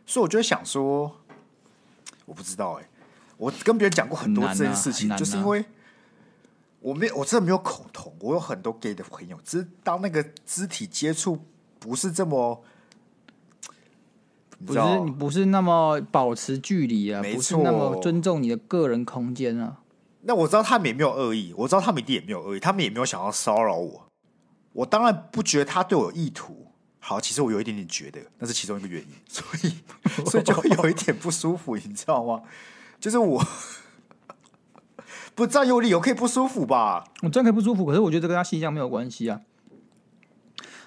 Speaker 1: 所以我就想说，我不知道哎、我跟别人讲过很多
Speaker 2: 很难啊
Speaker 1: 这件事情，
Speaker 2: 很难啊
Speaker 1: 就是因为我没有我真的没有口同，我有很多 gay 的朋友，只是当那个肢体接触不是这么，你
Speaker 2: 不
Speaker 1: 知
Speaker 2: 是
Speaker 1: 道
Speaker 2: 你不是那么保持距离啊，
Speaker 1: 没
Speaker 2: 不是那么
Speaker 1: 错
Speaker 2: 尊重你的个人空间啊。
Speaker 1: 那我知道他们也没有恶意，我知道他们一定也没有恶意，他们也没有想要骚扰我。我当然不觉得他对我有意图。好，其实我有一点点觉得，那是其中一个原因，所以所以就会有一点不舒服，你知道吗？就是我 不知道有理由可以不舒服吧？
Speaker 2: 我真的可以不舒服，可是我觉得这跟他性向没有关系啊。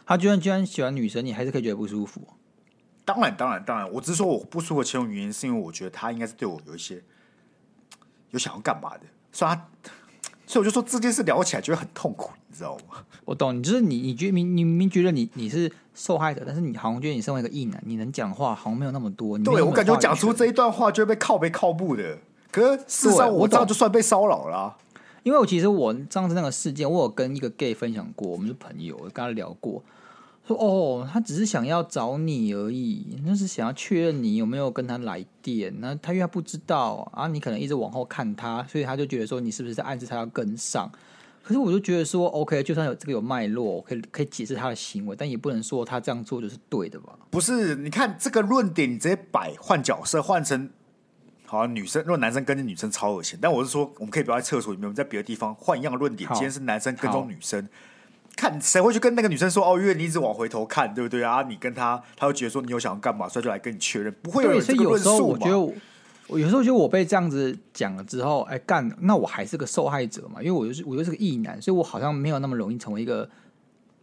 Speaker 2: 他居然居然喜欢女生，你还是可以觉得不舒服。
Speaker 1: 当然，当然，当然，我只是说我不舒服的其中原因是因为我觉得他应该是对我有一些有想要干嘛的，虽然他所以我就说这件事聊起来就会很痛苦，你知道吗？
Speaker 2: 我懂你，就是你，你觉明你明明觉得你你是受害者，但是你好像觉得你身为一个异男，你能讲话好像没有那么多。你没有
Speaker 1: 对
Speaker 2: 那
Speaker 1: 我
Speaker 2: 么
Speaker 1: 感觉我
Speaker 2: 话语
Speaker 1: 讲出
Speaker 2: 权
Speaker 1: 这一段话就会被靠背靠步的，可是事实上
Speaker 2: 对
Speaker 1: 我
Speaker 2: 我
Speaker 1: 这样
Speaker 2: 懂
Speaker 1: 就算被骚扰啦、啊
Speaker 2: 因为我其实我上次那个事件，我有跟一个 gay 分享过，我们是朋友，我跟他聊过，说哦，他只是想要找你而已，那是想要确认你有没有跟他来电。那他因为他不知道啊，你可能一直往后看他，所以他就觉得说你是不是在暗示他要跟上。可是我就觉得说，OK，就算有这个有脉络，我可以可以解释他的行为，但也不能说他这样做就是对的吧？
Speaker 1: 不是，你看这个论点，你直接摆换角色，换成好像女生，如果男生跟着女生超恶心，但我是说，我们可以不要在厕所里面，我们在别的地方换一样的论点。
Speaker 2: 好
Speaker 1: 今天是男生跟
Speaker 2: 好
Speaker 1: 踪女生，看谁会去跟那个女生说哦，因为你一直往回头看，对不对啊？你跟他，他会觉得说你有想要干嘛，所以就来跟你确认，不会有
Speaker 2: 对，
Speaker 1: 人
Speaker 2: 所
Speaker 1: 这个
Speaker 2: 以有
Speaker 1: 论
Speaker 2: 时候
Speaker 1: 述
Speaker 2: 我觉得
Speaker 1: 嘛？
Speaker 2: 我，我有时候觉得我被这样子讲了之后，哎干，那我还是个受害者嘛，因为我就是我就是个异男，所以我好像没有那么容易成为一个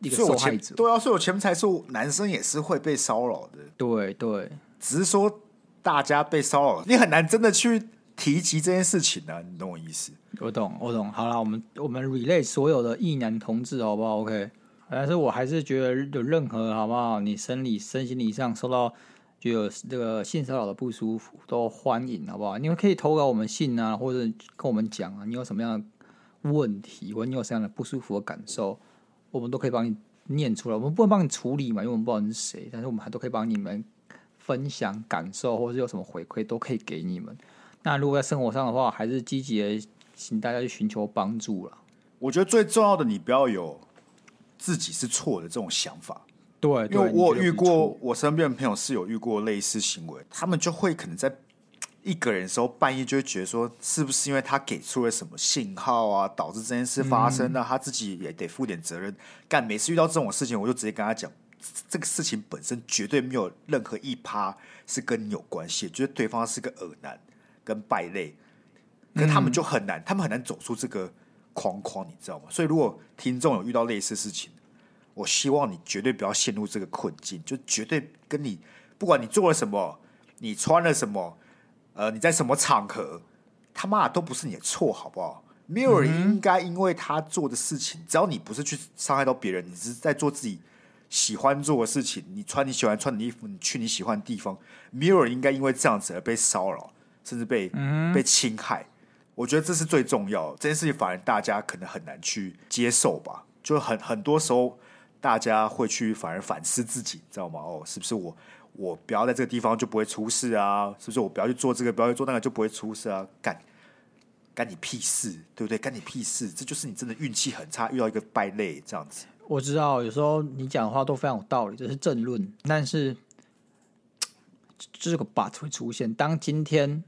Speaker 2: 一个
Speaker 1: 所以我
Speaker 2: 受害
Speaker 1: 前
Speaker 2: 者。
Speaker 1: 对啊，所以我前面才说男生也是会被骚扰的，
Speaker 2: 对对，
Speaker 1: 只是说大家被骚扰，你很难真的去提及这件事情呢、啊，你懂我意思？
Speaker 2: 我懂我懂。好了，我们我们 relay 所有的异男同志好不好？OK，但是我还是觉得有任何好不好，你生理身心理上受到。就有这个性骚扰的不舒服，都欢迎，好不好？你们可以投稿我们信啊，或者跟我们讲啊，你有什么样的问题，或者你有什么样的不舒服的感受，我们都可以帮你念出来。我们不能帮你处理嘛，因为我们不知道你是谁，但是我们还都可以帮你们分享感受，或是有什么回馈都可以给你们。那如果在生活上的话，还是积极的请大家去寻求帮助了。
Speaker 1: 我觉得最重要的，你不要有自己是错的这种想法，
Speaker 2: 对，
Speaker 1: 因为我
Speaker 2: 对你
Speaker 1: 有
Speaker 2: 觉得
Speaker 1: 遇
Speaker 2: 不错
Speaker 1: 过，我身边的朋友是有遇过类似行为，他们就会可能在一个人的时候半夜就会觉得说，是不是因为他给出了什么信号啊，导致这件事发
Speaker 2: 嗯
Speaker 1: 生、那他自己也得负点责任。干，每次遇到这种事情，我就直接跟他讲，这这个事情本身绝对没有任何一趴是跟你有关系，就是对方是个恶男跟败类，可是他
Speaker 2: 嗯
Speaker 1: 们就很难，他们很难走出这个框框，你知道吗？所以如果听众有遇到类似事情，我希望你绝对不要陷入这个困境，就绝对跟你不管你做了什么，你穿了什么，呃，你在什么场合，他妈的都不是你的错，好不好？没有人应该因为他做的事情，只要你不是去伤害到别人，你是在做自己喜欢做的事情，你穿你喜欢穿的衣服，你去你喜欢的地方，没有人应该因为这样子而被骚扰，甚至被、被侵害。我觉得这是最重要的，这件事情反而大家可能很难去接受吧，就很很多时候大家会去反而反思自己，知道吗？哦，是不是我我不要在这个地方就不会出事啊？是不是我不要去做这个，不要去做那个就不会出事啊？干干你屁事，对不对？干你屁事，这就是你真的运气很差，遇到一个败类这样子。
Speaker 2: 我知道有时候你讲的话都非常有道理，这是正论，但是这个 but 会出现。当今天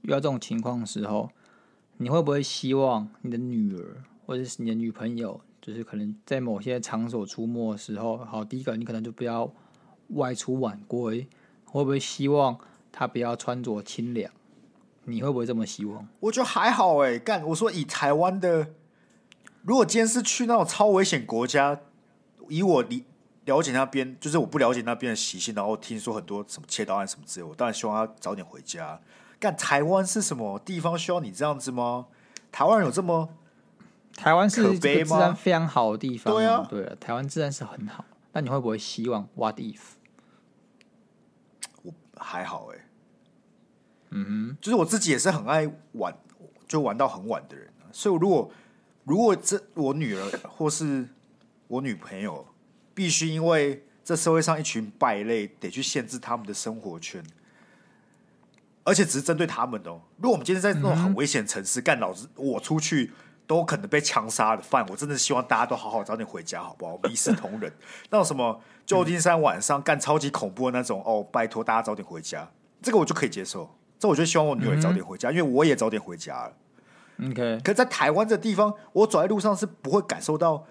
Speaker 2: 遇到这种情况的时候，你会不会希望你的女儿或者是你的女朋友，就是可能在某些场所出没的时候，好，第一个你可能就不要外出晚归，会不会希望她不要穿着清凉？你会不会这么希望？
Speaker 1: 我觉得还好哎、干我说以台湾的，如果今天是去那种超危险国家，以我理了解那边，就是我不了解那边的习性，然后听说很多什么切刀案什么之类，我当然希望他早点回家。干台湾是什么地方需要你这样子吗？台湾人有这么
Speaker 2: 台湾是
Speaker 1: 可
Speaker 2: 一
Speaker 1: 悲
Speaker 2: 个治
Speaker 1: 吗
Speaker 2: 安非常好的地方、
Speaker 1: 对啊
Speaker 2: 对啊，台湾治安是很好。那你会不会希望 What if？
Speaker 1: 我还好哎、嗯哼，就是我自己也是很爱玩，就玩到很晚的人啊、所以如果如果这我女儿或是我女朋友必须因为这社会上一群败类得去限制他们的生活圈，而且只是针对他们哦。如果我们今天在那种很危险的城市干，老子我出去都可能被枪杀的饭，我真的希望大家都好好早点回家，好不好？我们一视同仁。那种什么旧金山晚上干超级恐怖的那种，哦，拜托大家早点回家，这个我就可以接受。这我就希望我女儿早点回家，因为我也早点回家了。
Speaker 2: OK，
Speaker 1: 可在台湾这地方，我走在路上是不会感受到，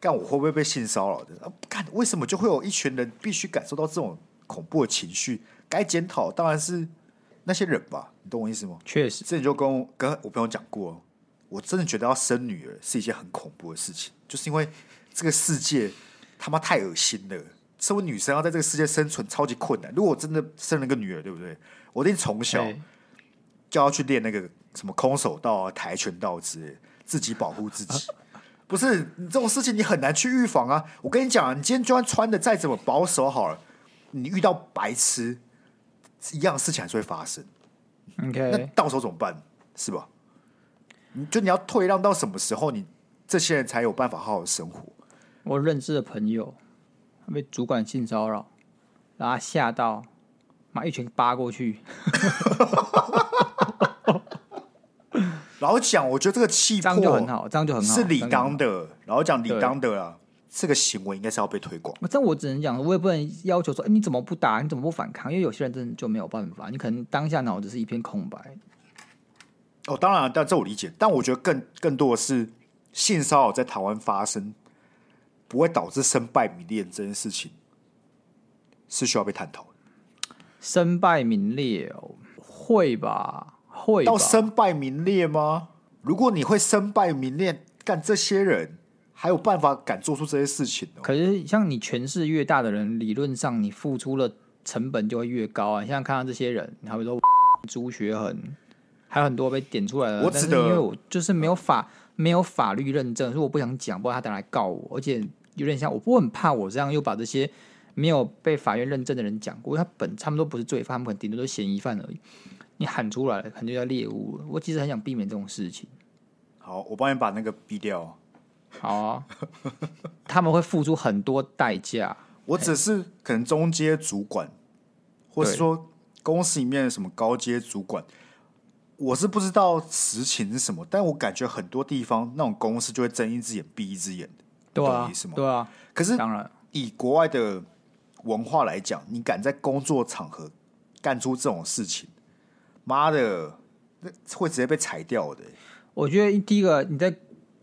Speaker 1: 干我会不会被性骚扰的？啊干、为什么就会有一群人必须感受到这种恐怖的情绪？该检讨当然是那些人吧，你懂我意思吗？
Speaker 2: 确实，
Speaker 1: 之前就跟我跟我朋友讲过，我真的觉得要生女儿是一件很恐怖的事情，就是因为这个世界他妈太恶心了。身为女生要在这个世界生存超级困难。如果我真的生了个女儿，对不对？我一定从小
Speaker 2: 哎
Speaker 1: 就要去练那个什么空手道啊、跆拳道之类的，自己保护自己。不是你这种事情，你很难去预防啊！我跟你讲、啊，你今天就算穿的再怎么保守好了，你遇到白痴，一样事情还是会发生。那
Speaker 2: OK，
Speaker 1: 到时候怎么办？是吧？你就你要退让到什么时候，你这些人才有办法好好生活？
Speaker 2: 我认识的朋友他被主管性骚扰，然后他吓到，妈一拳扒过去，
Speaker 1: 老实讲，我觉得这个气
Speaker 2: 这
Speaker 1: 魄
Speaker 2: 样就很好，这样就很好，
Speaker 1: 是理
Speaker 2: 这样就很好
Speaker 1: 当的。然后讲理
Speaker 2: 对
Speaker 1: 当的啊，这个行为应该是要被推广。
Speaker 2: 我但我只能讲，我也不能要求说，哎、你怎么不打？你怎么不反抗？因为有些人真的就没有办法，你可能当下脑子是一片空白。
Speaker 1: 哦，当然，但这我理解，但我觉得更更多的是性骚扰在台湾发生，不会导致身败名裂这件事情，是需要被探讨的。
Speaker 2: 身败名裂、哦，会吧？会吧
Speaker 1: 到？身败名裂吗？如果你会身败名裂，干这些人还有办法敢做出这些事情哦？
Speaker 2: 可是像你权势越大的人，理论上你付出了成本就会越高啊。你像看到这些人，好比说朱学恒，还有很多被点出来的，
Speaker 1: 我
Speaker 2: 但是
Speaker 1: 只得
Speaker 2: 因为我就是没有法没有法律认证，所以我不想讲，不然他等下来告我，而且有点像我我很怕我这样又把这些没有被法院认证的人讲过，因为他本他们都不是罪犯，他们可能顶多都是嫌疑犯而已。你喊出来了，可能就叫猎物了。我其实很想避免这种事情。
Speaker 1: 好，我帮你把那个逼掉。
Speaker 2: 好啊， 他们会付出很多代价。
Speaker 1: 我只是可能中阶主管，或是
Speaker 2: 对
Speaker 1: 说公司里面的什么高阶主管，我是不知道实情是什么，但我感觉很多地方那种公司就会睁一只眼闭一只眼的。
Speaker 2: 对
Speaker 1: 懂
Speaker 2: 啊
Speaker 1: 我意思吗，
Speaker 2: 对啊，
Speaker 1: 可是
Speaker 2: 当然，
Speaker 1: 以国外的文化来讲，你敢在工作场合干出这种事情，妈的，那会直接被裁掉的、欸
Speaker 2: 我觉得第一个你在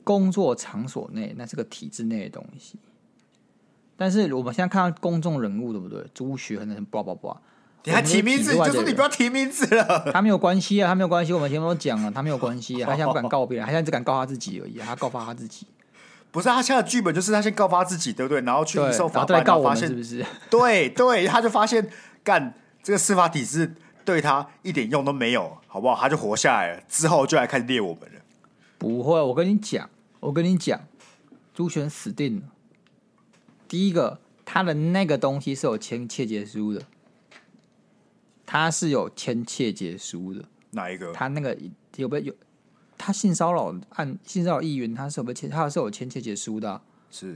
Speaker 2: 工作场所内，那是个体制内的东西。但是我们现在看到公众人物，对不对？朱学恒、叭叭叭，
Speaker 1: 你还提名字，你
Speaker 2: 我们
Speaker 1: 就
Speaker 2: 都
Speaker 1: 说
Speaker 2: 是体制外的人
Speaker 1: 你不要提名字了。
Speaker 2: 他没有关系啊，他没有关系。我们前面都讲了，他没有关系啊，他现在不敢告别人，他现在只敢告他自己而已啊、他告发他自己，
Speaker 1: 不是他现在的剧本就是他先告发自己，对不对？然后 去
Speaker 2: 对，
Speaker 1: 一
Speaker 2: 然
Speaker 1: 受
Speaker 2: 后
Speaker 1: 法
Speaker 2: 再来
Speaker 1: 办，
Speaker 2: 告
Speaker 1: 然后
Speaker 2: 我
Speaker 1: 发
Speaker 2: 们，是
Speaker 1: 现
Speaker 2: 不是？
Speaker 1: 对对，他就发现干这个司法体制对他一点用都没有，好不好？他就活下来了，之后就来开始猎我们了。
Speaker 2: 不会，我跟你讲，我跟你讲，朱璇死定了。第一个，他的那个东西是有签切结书的，他是有签切结书的，
Speaker 1: 哪一个？
Speaker 2: 他那个有被有他性骚扰案性骚扰议员，他是有被签，他是有签切结书的啊、
Speaker 1: 是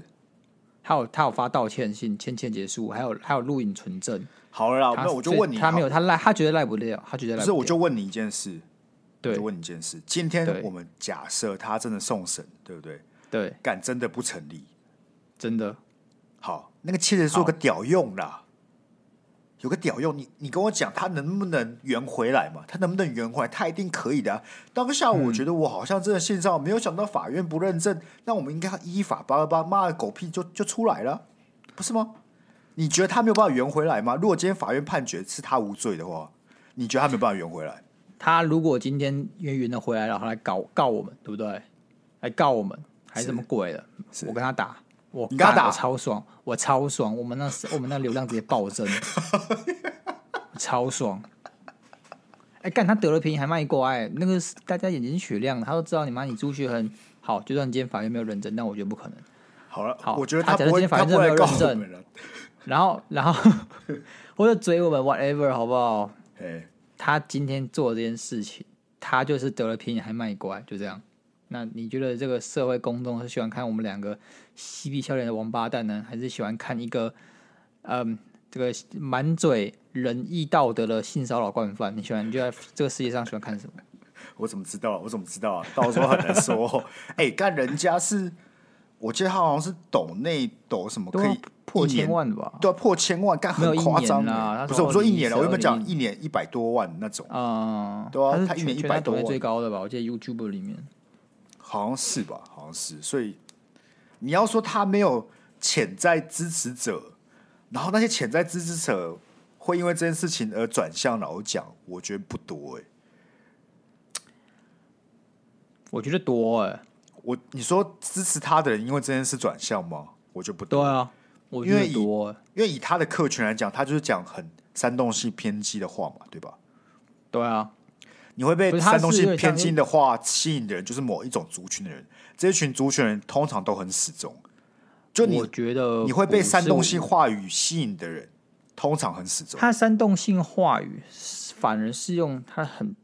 Speaker 2: 还有他有发道歉信、签切结书，还有还有录影存证。
Speaker 1: 好了啦，
Speaker 2: 他
Speaker 1: 那我就问你，
Speaker 2: 他没有，他赖，他绝对赖不掉，他绝对
Speaker 1: 好，
Speaker 2: 赖
Speaker 1: 不是？
Speaker 2: 不掉。
Speaker 1: 我就问你一件事，我
Speaker 2: 对
Speaker 1: 就问你一件事。今天
Speaker 2: 对
Speaker 1: 我们假设他真的送审，对不对？
Speaker 2: 对，
Speaker 1: 干真的不成立，
Speaker 2: 真的
Speaker 1: 好，那个切结书有个屌用啦，有个屌用，你你跟我讲，他能不能圆回来嘛？他能不能圆回来？他一定可以的啊、当下
Speaker 2: 嗯
Speaker 1: 我觉得我好像真的线上没有想到法院不认证，那我们应该依法叭叭叭，妈的狗屁就就出来了，不是吗？你觉得他没有办法圆回来吗？如果今天法院判决是他无罪的话，你觉得他没有办法圆回来？
Speaker 2: 他如果今天冤冤的回来了，然后来告告我们，对不对？来告我们还是什么鬼的？
Speaker 1: 是
Speaker 2: 我跟他打，我
Speaker 1: 你跟他
Speaker 2: 干
Speaker 1: 打
Speaker 2: 我超爽，我超爽，我们那我们那流量直接暴 增，超爽。哎、干他得了便宜还卖乖、那个是大家眼睛雪亮的，他都知道你妈你朱学恒好，就算今天法院没有认证，但我觉得不可能。
Speaker 1: 好了，
Speaker 2: 好
Speaker 1: 我觉得
Speaker 2: 他假设
Speaker 1: 不会，
Speaker 2: 今天法
Speaker 1: 他
Speaker 2: 院
Speaker 1: 不会
Speaker 2: 真的没有
Speaker 1: 告
Speaker 2: 认
Speaker 1: 我
Speaker 2: 证
Speaker 1: 们了。
Speaker 2: 然后，然后 或者追我们 whatever 好不好？
Speaker 1: 哎，
Speaker 2: 他今天做这件事情，他就是得了便宜还卖乖，就这样。那你觉得这个社会公众是喜欢看我们两个嬉皮笑脸的王八蛋呢，还是喜欢看一个嗯这个满嘴仁义道德的性骚扰惯犯？你喜欢你就在这个世界上喜欢看什么？
Speaker 1: 我怎么知道？我怎么知道啊？ 到时候很难说 哦。哎、干人家是，我记得他好像是抖内抖什么可
Speaker 2: 对啊
Speaker 1: 以
Speaker 2: 破
Speaker 1: 一年
Speaker 2: 千，万的吧？
Speaker 1: 对啊、破千万，干
Speaker 2: 没有
Speaker 1: 很
Speaker 2: 一
Speaker 1: 夸张
Speaker 2: 年啦
Speaker 1: 欸。
Speaker 2: 他
Speaker 1: 不是
Speaker 2: 从
Speaker 1: 我说一
Speaker 2: 2012
Speaker 1: 年了，我原本讲
Speaker 2: 年
Speaker 1: 一年一百多万那种，
Speaker 2: 啊、
Speaker 1: 对啊
Speaker 2: 他
Speaker 1: 他
Speaker 2: 是
Speaker 1: 一年
Speaker 2: 全
Speaker 1: 100
Speaker 2: 台抖
Speaker 1: 多
Speaker 2: 音
Speaker 1: 万
Speaker 2: 最高的吧？我记得 YouTube 里面
Speaker 1: 好像是吧？好像是。所以你要说他没有潜在支持者，然后那些潜在支持者会因为这件事情而转向老蒋，我觉得不多哎、
Speaker 2: 我觉得多哎、
Speaker 1: 我你说支持他的人因为这件事转向吗？我觉得不多
Speaker 2: 对。啊，我觉
Speaker 1: 因为
Speaker 2: 得
Speaker 1: 以
Speaker 2: 多、欸，
Speaker 1: 因为以他的客群来讲，他就是讲很煽动性偏激的话嘛，对吧？
Speaker 2: 对啊，
Speaker 1: 你会被
Speaker 2: 不是它
Speaker 1: 三东
Speaker 2: 是
Speaker 1: 西
Speaker 2: 有点像
Speaker 1: 偏心的话吸引的人，就是某一种族群的人。这群族群的人通常都很死忠，就你
Speaker 2: 我觉得
Speaker 1: 你会被
Speaker 2: 不是
Speaker 1: 煽动性
Speaker 2: 我，
Speaker 1: 话语吸引的人，通常很死忠。
Speaker 2: 他煽动性话语是反而是用他很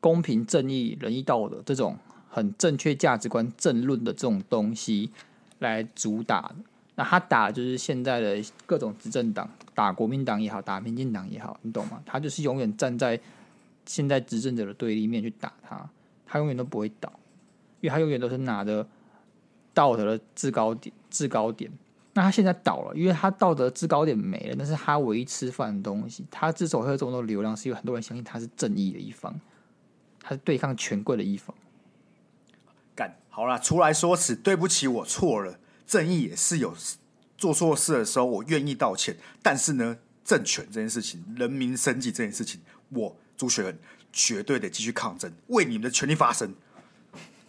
Speaker 2: 公平、正义、仁义道德这种很正确价值观政论的这种东西来主打的。那他打的就是现在的各种执政党，打国民党也好，打民进党也好，你懂吗？他就是永远站在现在执政者的对立面去打他，他永远都不会倒，因为他永远都是拿着道德的制高点制高点。那他现在倒了，因为他道德制高点没了，那是他唯一吃饭的东西。他之所以会有这么多流量，是因为很多人相信他是正义的一方，他是对抗权贵的一方。
Speaker 1: 干好啦，出来说辞，对不起，我错了。正义也是有做错事的时候，我愿意道歉。但是呢，政权这件事情，人民生计这件事情，我朱学恒绝对得继续抗争，为你们的权利发声。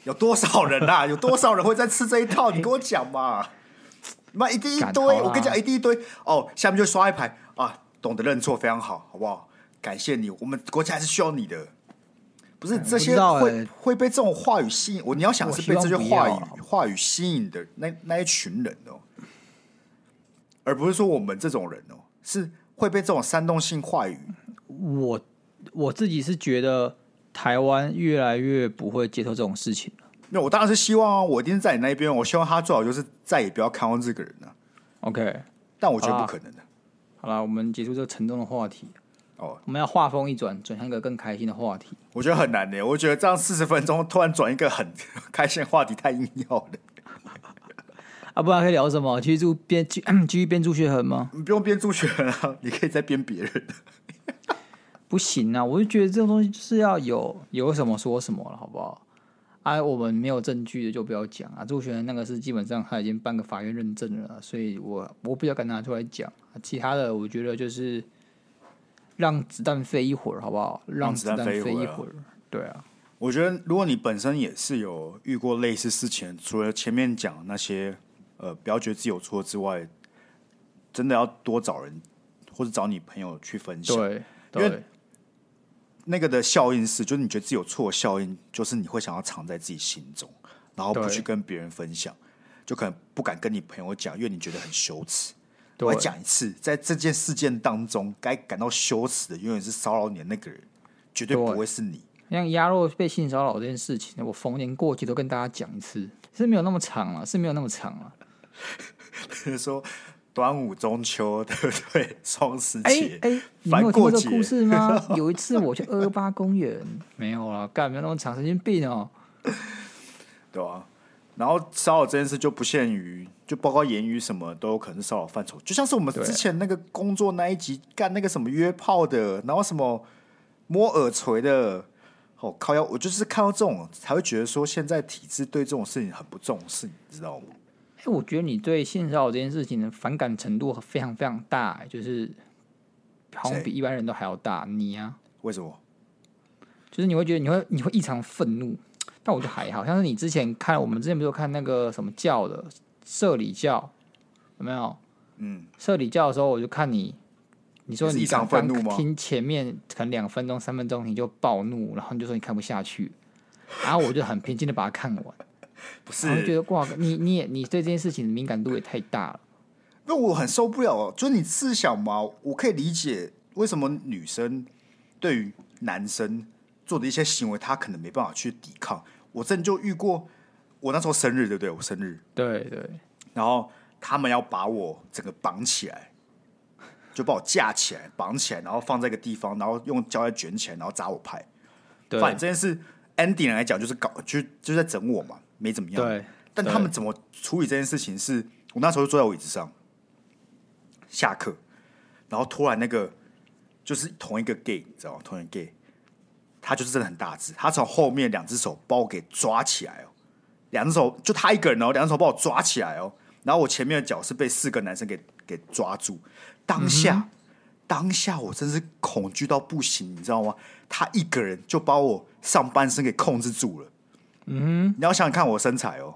Speaker 1: 有多少人啊？有多少人会在吃这一套？你跟我讲嘛！妈一定一
Speaker 2: 干
Speaker 1: 堆，
Speaker 2: 好啦
Speaker 1: 我跟你讲一定一堆哦。下面就刷一排啊，懂得认错非常好，好不好？感谢你，我们国家还是需要你的。不是这
Speaker 2: 不
Speaker 1: 些
Speaker 2: 知道
Speaker 1: 会、
Speaker 2: 欸
Speaker 1: 会被这种话语吸引，我你要想
Speaker 2: 我
Speaker 1: 是
Speaker 2: 希
Speaker 1: 被
Speaker 2: 望
Speaker 1: 这些
Speaker 2: 不要啊
Speaker 1: 话
Speaker 2: 啦
Speaker 1: 语话语吸引的那那一群人哦，而不是说我们这种人哦，是会被这种煽动性话语
Speaker 2: 我我自己是觉得台湾越来越不会接受这种事情了。
Speaker 1: 那我当然是希望啊，我一定是在你那边，我希望他最好就是再也不要看到这个人了、啊
Speaker 2: OK，
Speaker 1: 但我觉得
Speaker 2: 好
Speaker 1: 不
Speaker 2: 啦
Speaker 1: 可能的、
Speaker 2: 好了，我们结束这个沉重的话题。
Speaker 1: 哦，
Speaker 2: 我们要话锋一转，转向一个更开心的话题。
Speaker 1: 我觉得很难的、我觉得这样四十分钟突然转一个很开心的话题太硬要了，
Speaker 2: 啊，不然可以聊什么？继续住编继 继续编朱学恒吗？
Speaker 1: 你不用编朱学人啊，你可以再编别人。
Speaker 2: 不行啊！我就觉得这种东西就是要有有什么说什么了，好不好？啊，我们没有证据的就不要讲啊。朱学恒那个是基本上他已经办个法院认证了，啊所以我我比较敢拿出来讲。啊其他的我觉得就是让子弹飞一会儿，好不好？让
Speaker 1: 子
Speaker 2: 子
Speaker 1: 弹
Speaker 2: 弹
Speaker 1: 飞一
Speaker 2: 飞
Speaker 1: 会
Speaker 2: 一
Speaker 1: 儿啊
Speaker 2: 会儿，对啊。
Speaker 1: 我觉得，如果你本身也是有遇过类似事情，除了前面讲那些呃，不要觉得自己有错之外，真的要多找人或者找你朋友去分享。
Speaker 2: 对
Speaker 1: 因为
Speaker 2: 对，
Speaker 1: 那个的效应是，就是你觉得自己有错的效应，就是你会想要藏在自己心中，然后不
Speaker 2: 对
Speaker 1: 去跟别人分享，就可能不敢跟你朋友讲，因为你觉得很羞耻。
Speaker 2: 对
Speaker 1: 我再讲一次，在这件事件当中，该感到羞耻的永远是骚扰你的那个人，绝对
Speaker 2: 对
Speaker 1: 不会是你。
Speaker 2: 像鸭肉被性骚扰这件事情，我逢年过节都跟大家讲一次，是没有那么长了，是没有那么长了。
Speaker 1: 比如说端午、中秋， 对不对？双十
Speaker 2: 哎
Speaker 1: 节，
Speaker 2: 哎，你
Speaker 1: 反
Speaker 2: 没有听
Speaker 1: 过
Speaker 2: 过这
Speaker 1: 节
Speaker 2: 个故事 吗？有一次我去二二八公园，没有啊，干没有那么长，神经病哦。
Speaker 1: 对吧、然后骚扰这件事就不限于，就包括言语什么都有可能是骚扰范畴，就像是我们
Speaker 2: 对啊
Speaker 1: 之前那个工作那一集干那个什么约炮的，然后什么摸耳垂的，哦靠腰，我就是看到这种才会觉得说现在体制对这种事情很不重视，你知道吗？
Speaker 2: 哎，我觉得你对性骚扰这件事情的反感程度非常非常大、就是好像
Speaker 1: 谁
Speaker 2: 比一般人都还要大。你啊，
Speaker 1: 为什么？
Speaker 2: 就是你会觉得你会你会异常愤怒，但我觉得还好，像是你之前看我们之前不是有看那个什么教的社里教，有没有？
Speaker 1: 嗯，
Speaker 2: 社里教的时候，我就看你，你说
Speaker 1: 也是
Speaker 2: 你
Speaker 1: 异常
Speaker 2: 刚
Speaker 1: 愤怒吗
Speaker 2: 听前面可能两分钟、三分钟你就暴怒，然后你就说你看不下去，然后我就很平静的把它看完，
Speaker 1: 不
Speaker 2: 然后就觉
Speaker 1: 是，
Speaker 2: 得哇，你你也你对这件事情的敏感度也太大了。
Speaker 1: 那我很受不了哦。就是你试想嘛，我可以理解为什么女生对于男生做的一些行为，她可能没办法去抵抗。我真的就遇过，我那时候生日对不对？我生日，
Speaker 2: 对对，
Speaker 1: 然后他们要把我整个绑起来，就把我架起来，绑起来，然后放在一个地方，然后用胶带卷起来，然后哎砸我拍。
Speaker 2: 对
Speaker 1: 反正这件事 ending 来讲，就是搞就就在整我嘛，没怎么样。
Speaker 2: 对，
Speaker 1: 但他们怎么处理这件事情是？我那时候就坐在我椅子上，下课，然后突然那个就是同一个 gay，你知道吗？同一个 gay，他就是真的很大只，他从后面两只手把我给抓起来哦，两只手就他一个人哦，两只手把我抓起来哦，然后我前面的脚是被四个男生给给抓住，当下。当下我真是恐惧到不行，你知道吗？他一个人就把我上半身给控制住了。嗯，你要想想看我身材哦，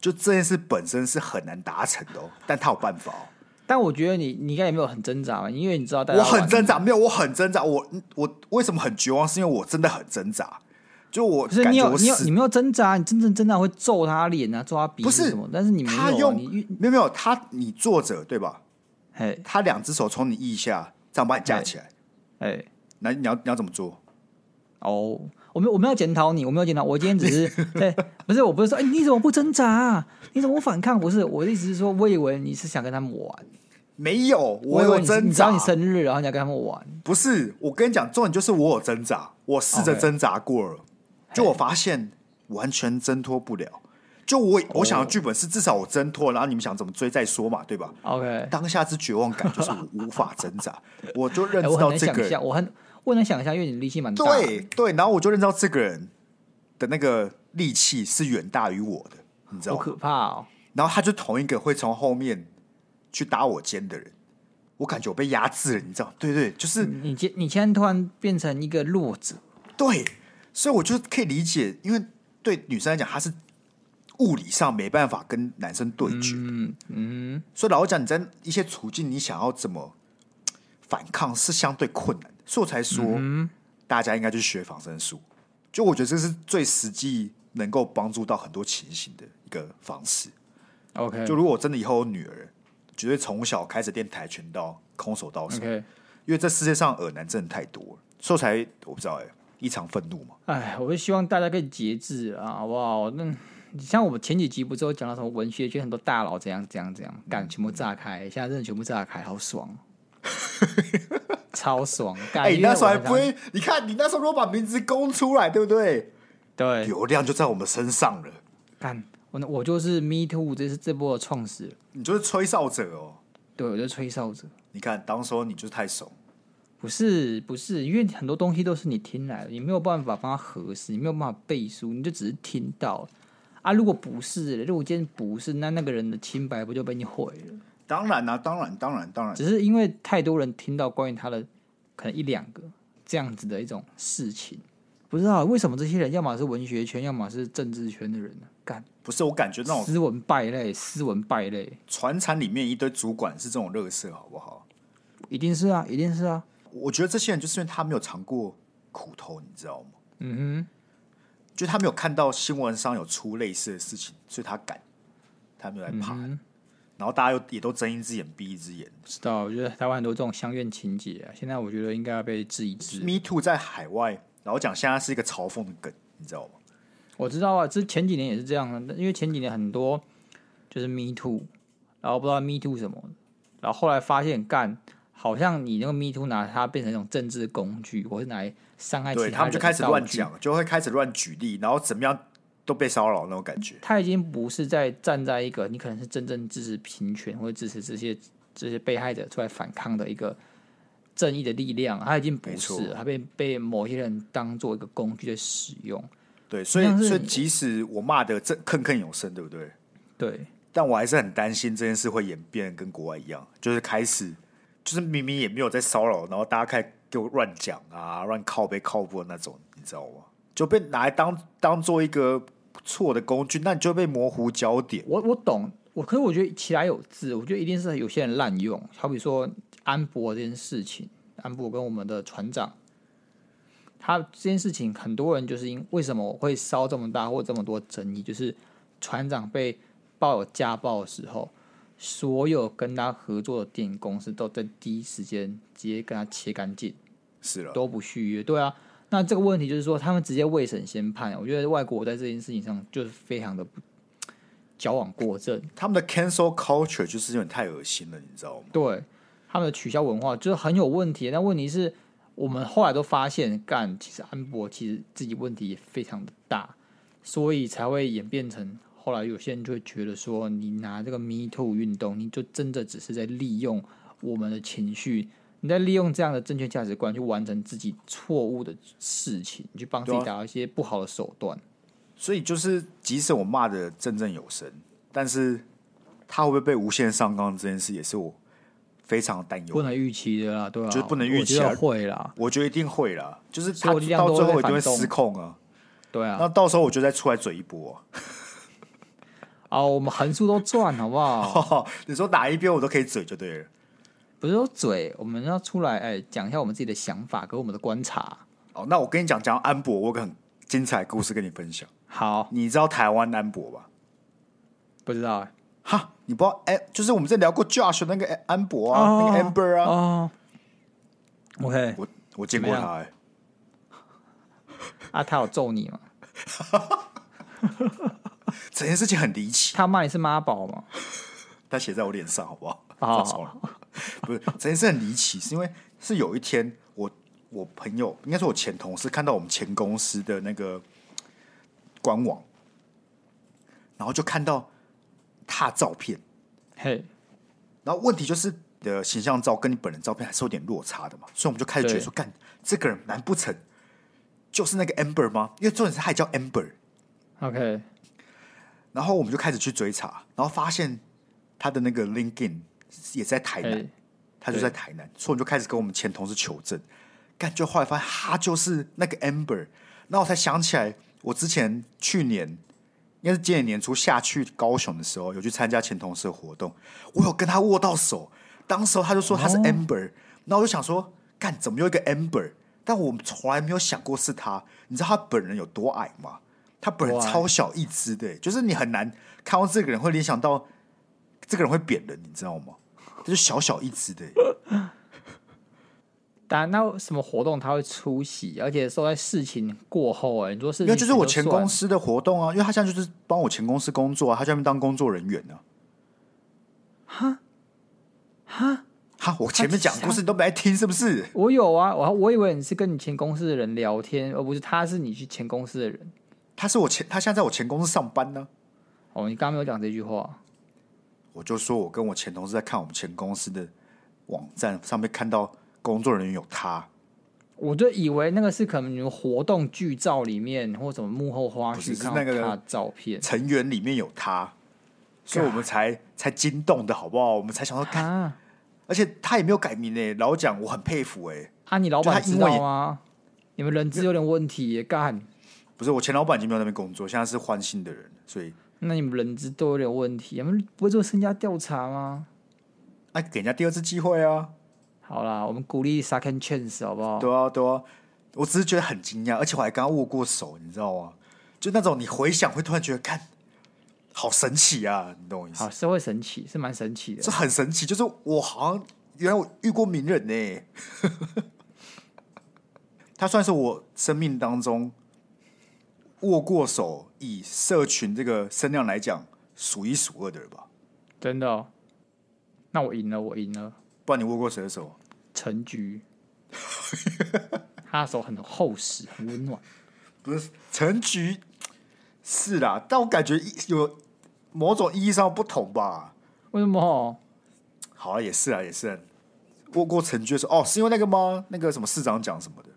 Speaker 1: 就这件事本身是很难达成的、哦，但他有办法、哦。
Speaker 2: 但我觉得你你应该也没有很挣扎吧，因为你知道大家
Speaker 1: 我很
Speaker 2: 玩
Speaker 1: 挣扎，，没有，我很挣扎。我我为什么很绝望？是因为我真的很挣扎。就我
Speaker 2: 不是
Speaker 1: 感
Speaker 2: 你
Speaker 1: 觉
Speaker 2: 有
Speaker 1: 我
Speaker 2: 你有
Speaker 1: 死
Speaker 2: 你没有挣扎，你真正挣扎会揍他脸啊，揍他鼻
Speaker 1: 不是
Speaker 2: 子什么，但是你没
Speaker 1: 他
Speaker 2: 有啊，
Speaker 1: 用
Speaker 2: 你遇
Speaker 1: 没有没有他，你坐着对吧？
Speaker 2: 哎
Speaker 1: 他两只手从你腋下这样把你架起来，
Speaker 2: 哎
Speaker 1: 那你要你要怎么做？
Speaker 2: 哦，我没有我没有检讨你，我没有检讨，我今天 只是在不是我不是说哎、你怎么不挣扎、啊，你怎么不反抗？不是我的意思是说，我以为你是想跟他们玩，
Speaker 1: 没有，我
Speaker 2: 以为
Speaker 1: 有
Speaker 2: 你是
Speaker 1: 挣
Speaker 2: 你知道
Speaker 1: 扎
Speaker 2: 你。生日，然后你要跟他们玩，
Speaker 1: 不是，我跟你讲，重点就是我有挣扎，我试着
Speaker 2: OK
Speaker 1: 挣扎过了，就我发现完全挣脱不了。就我我想的
Speaker 2: 哦
Speaker 1: 剧本是至少我挣脱，然后你们想怎么追再说嘛，对吧？
Speaker 2: OK，
Speaker 1: 当下之绝望感就是我无法挣扎，我就认知
Speaker 2: 哎我很
Speaker 1: 到
Speaker 2: 难
Speaker 1: 这
Speaker 2: 想
Speaker 1: 个人
Speaker 2: 象，我很我很难想象，因为你力气蛮大的，
Speaker 1: 对对，然后我就认知到这个人的那个力气是远大于我的，你知道
Speaker 2: 好
Speaker 1: 吗？
Speaker 2: 可怕哦。
Speaker 1: 然后他就同一个会从后面去打我肩的人，我感觉我被压制了，你知道？对对，就是、
Speaker 2: 你今你现在突然变成一个弱者，
Speaker 1: 对，所以我就可以理解，因为对女生来讲，她是物理上没办法跟男生对决，
Speaker 2: 嗯嗯，
Speaker 1: 所以老实讲，你在一些处境，你想要怎么反抗是相对困难的，所以我才说、
Speaker 2: 嗯
Speaker 1: 大家应该去学防身术。就我觉得这是最实际能够帮助到很多情形的一个方式。
Speaker 2: OK，
Speaker 1: 就如果我真的以后有女儿，绝对从小开始练跆拳道、空手道什么，
Speaker 2: OK，
Speaker 1: 因为这世界上耳男真的太多了，所以我才我不知道哎、异常愤怒嘛。
Speaker 2: 哎，我就希望大家可以节制啊，好不好？那你像我们前几集不是有讲到什么文学圈很多大佬怎样怎样怎
Speaker 1: 嗯
Speaker 2: 样，干全部炸开，现在真的全部炸开，好爽哦，超爽！干
Speaker 1: 哎、你
Speaker 2: 因为
Speaker 1: 那时候
Speaker 2: 我
Speaker 1: 还
Speaker 2: 很
Speaker 1: 不
Speaker 2: 常
Speaker 1: 会，你看你那时候如果把名字供出来，对不对？
Speaker 2: 对
Speaker 1: 流量就在我们身上了，
Speaker 2: 干我我就是 Me Too 这是这波的创始人，
Speaker 1: 你就是吹哨者哦。
Speaker 2: 对我就是吹哨者。
Speaker 1: 你看，当时候你就是太怂，
Speaker 2: 不是不是，因为很多东西都是你听来的，你没有办法帮他核实，你没有办法背书，你就只是听到啊。如果不是，如果今天不是，那那个人的清白不就被你毁了？
Speaker 1: 当然啦、当然，当然，当然，
Speaker 2: 只是因为太多人听到关于他的可能一两个这样子的一种事情，不知道为什么这些人要么是文学圈，要么是政治圈的人呢、干
Speaker 1: 不是我感觉那种
Speaker 2: 斯文败类，斯文败类，
Speaker 1: 传产里面一堆主管是这种乐色，好不好？
Speaker 2: 一定是啊，一定是啊，
Speaker 1: 我觉得这些人就是因为他没有尝过苦头，你知道吗？
Speaker 2: 嗯
Speaker 1: 就他没有看到新闻上有出类似的事情，所以他敢，他没有来
Speaker 2: 哼，
Speaker 1: 怕。
Speaker 2: 嗯哼，
Speaker 1: 然后大家又也都睁一只眼闭一只眼。
Speaker 2: 不知道，我觉得台湾很多这种乡愿情节啊，现在我觉得应该要被治一治。
Speaker 1: Me Too 在海外，然后讲现在是一个嘲讽的梗，你知道吗？
Speaker 2: 我知道啊，这前几年也是这样啊的，因为前几年很多就是 Me Too，然后不知道 Me Too 什么的，然后后来发现干，好像你那个 Me Too 拿它变成一种政治工具，我是拿来伤害其他
Speaker 1: 对
Speaker 2: 人
Speaker 1: 他们就开始乱
Speaker 2: 的道具。
Speaker 1: 讲，就会开始乱举例，然后怎么样都被骚扰那种感觉。
Speaker 2: 他已经不是在站在一个你可能是真正支持平权或者支持这些这些被害者出来反抗的一个正义的力量，他已经不
Speaker 1: 没错
Speaker 2: 是了，他被被某些人当做一个工具在使用。
Speaker 1: 对，所以
Speaker 2: 像是
Speaker 1: 所以即使我骂的这坑坑有声，对不对？
Speaker 2: 对，
Speaker 1: 但我还是很担心这件事会演变跟国外一样，就是开始就是明明也没有在骚扰，然后大家开始给我乱讲啊、乱靠背靠背那种，你知道吗？就被拿来当当做一个错的工具，那你就被模糊焦点。
Speaker 2: 我我懂，我可是我觉得其来有自，我觉得一定是有些人滥用，好比说安博这件事情，安博跟我们的船长，他这件事情很多人就是因为什么会烧这么大或这么多争议，就是船长被报有家暴的时候，所有跟他合作的电影公司都在第一时间直接跟他切干净。
Speaker 1: 是了，
Speaker 2: 都不续约，对啊。那这个问题就是说，他们直接未审先判，我觉得外国在这件事情上就是非常的不矫枉过正，
Speaker 1: 他们的 cancel culture 就是有点太恶心了，你知道吗？
Speaker 2: 对他们的取消文化就是很有问题。但问题是我们后来都发现，干其实安博其实自己问题也非常的大，所以才会演变成后来有些人就会觉得说，你拿这个 Me Too 运动，你就真的只是在利用我们的情绪。你在利用这样的正确价值观去完成自己错误的事情，你去帮自己
Speaker 1: 对啊
Speaker 2: 达到一些不好的手段。
Speaker 1: 所以就是，即使我骂的振振有声，但是他会不会被无限上纲这件事，也是我非常担忧
Speaker 2: 不
Speaker 1: 的。
Speaker 2: 能预期的啦，对吧、
Speaker 1: 就是啊不能预期啊
Speaker 2: 我觉得会啦，
Speaker 1: 我觉得一定会啦，就是
Speaker 2: 所
Speaker 1: 他
Speaker 2: 有力量
Speaker 1: 到
Speaker 2: 都
Speaker 1: 最
Speaker 2: 会
Speaker 1: 后一定会
Speaker 2: 反动
Speaker 1: 失控啊。
Speaker 2: 对啊
Speaker 1: 那。到时候我就再出来嘴一波啊、
Speaker 2: 哦，我们横竖都赚，好不好？
Speaker 1: 你说哪一边我都可以嘴就对了。
Speaker 2: 不是说嘴，我们要出来哎，讲一下我们自己的想法跟我们的观察。
Speaker 1: 哦，那我跟你讲讲安博，我有个很精彩的故事跟你分享。
Speaker 2: 好，
Speaker 1: 你知道台湾安博吧？
Speaker 2: 不知道哎、
Speaker 1: 哈，你不知道？哎、就是我们在聊过 Josh 那个安安博啊，
Speaker 2: 哦
Speaker 1: 那个 Amber 啊，
Speaker 2: 哦，OK，
Speaker 1: 我我见过
Speaker 2: 怎
Speaker 1: 他、
Speaker 2: 么
Speaker 1: 哎，
Speaker 2: 啊，他有揍你吗？
Speaker 1: 整件事情很离奇，
Speaker 2: 他骂你是妈宝吗？
Speaker 1: 他写在我脸上，好不好？
Speaker 2: 好好
Speaker 1: 放手了不是，整件事很离奇，是因为是有一天我我朋友，应该是我前同事，看到我们前公司的那个官网，然后就看到他的照片，
Speaker 2: 嘿，
Speaker 1: 然后问题就是你的形象照跟你本人照片还是有点落差的嘛，所以我们就开始觉得说，干这个人难不成就是那个 Amber 吗？因为重点是他也叫 Amber，
Speaker 2: OK，
Speaker 1: 然后我们就开始去追查，然后发现他的那个 LinkedIn 也在台南
Speaker 2: 哎，，
Speaker 1: 他就在台南，所以我们就开始跟我们前同事求证，干就后来发现他就是那个 Amber，然后我才想起来，我之前去年应该是今年年初下去高雄的时候，有去参加前同事的活动，我有跟他握到手，当时候他就说他是 Amber，、然后我就想说，干怎么又一个 Amber？但我们从来没有想过是他，你知道他本人有多矮吗？他本人
Speaker 2: 多矮
Speaker 1: 超小一只的、欸就是你很难看到这个人会联想到这个人会扁人，你知道吗？他就小小一只的、欸
Speaker 2: 当然，那什么活动他会出席，而且是在事情过后哎、你说事情
Speaker 1: 因为就是我前公
Speaker 2: 司
Speaker 1: 司的活动啊，因为他现在就是帮我前公司工作啊，他在那边当工作人员呢、啊哈，哈，哈！我前面讲的故事你都没来听，是不是？
Speaker 2: 我有啊，我我以为你是跟你前公司的人聊天，而不是他是你去前公司的人。
Speaker 1: 他是我前，他现在在我前公司上班呢、
Speaker 2: 哦，你刚刚没有讲这句话，
Speaker 1: 我就说我跟我前同事在看我们前公司的网站上面看到工作人员有他，
Speaker 2: 我就以为那个是可能你们活动剧照里面或什么幕后花
Speaker 1: 不是
Speaker 2: 絮
Speaker 1: 是
Speaker 2: 看
Speaker 1: 那个
Speaker 2: 到他的照 片
Speaker 1: 成员里面有他，所以我们才才惊动的好不好？我们才想到，干
Speaker 2: 啊
Speaker 1: 而且他也没有改名诶、老实讲我很佩服欸诶、
Speaker 2: 啊！你老
Speaker 1: 就他
Speaker 2: 板
Speaker 1: 英
Speaker 2: 知
Speaker 1: 文也
Speaker 2: 道吗？你们人资有点问题耶，干。
Speaker 1: 不是我前老板已经没有在那边工作，现在是换新的人，所以
Speaker 2: 那你们人资都有点问题，你们不会做身家调查吗？
Speaker 1: 哎、给人家第二次机会啊，
Speaker 2: 好啦，我们鼓励 second chance 好不好？
Speaker 1: 对啊，对啊，我只是觉得很惊讶，而且我还跟他握过手，你知道吗？就那种你回想会突然觉得，看，好神奇啊，你懂我意思
Speaker 2: 好，？是会神奇，是蛮神奇
Speaker 1: 这
Speaker 2: 的。
Speaker 1: 很神奇，就是我好像原来我遇过名人呢、 他算是我生命当中握过手，以社群这个声量来讲，数一数二的人吧。
Speaker 2: 真的、哦。那我赢了，我赢了。
Speaker 1: 不然你握过谁的手？
Speaker 2: 陈菊，他的手很厚实，很温暖。
Speaker 1: 不是陈菊是啦，但我感觉一有某种意义上不同吧。
Speaker 2: 为什么？
Speaker 1: 好啊，也是啊，也是啊。握过陈菊的手，哦，是因为那个吗？那个什么市长奖什么的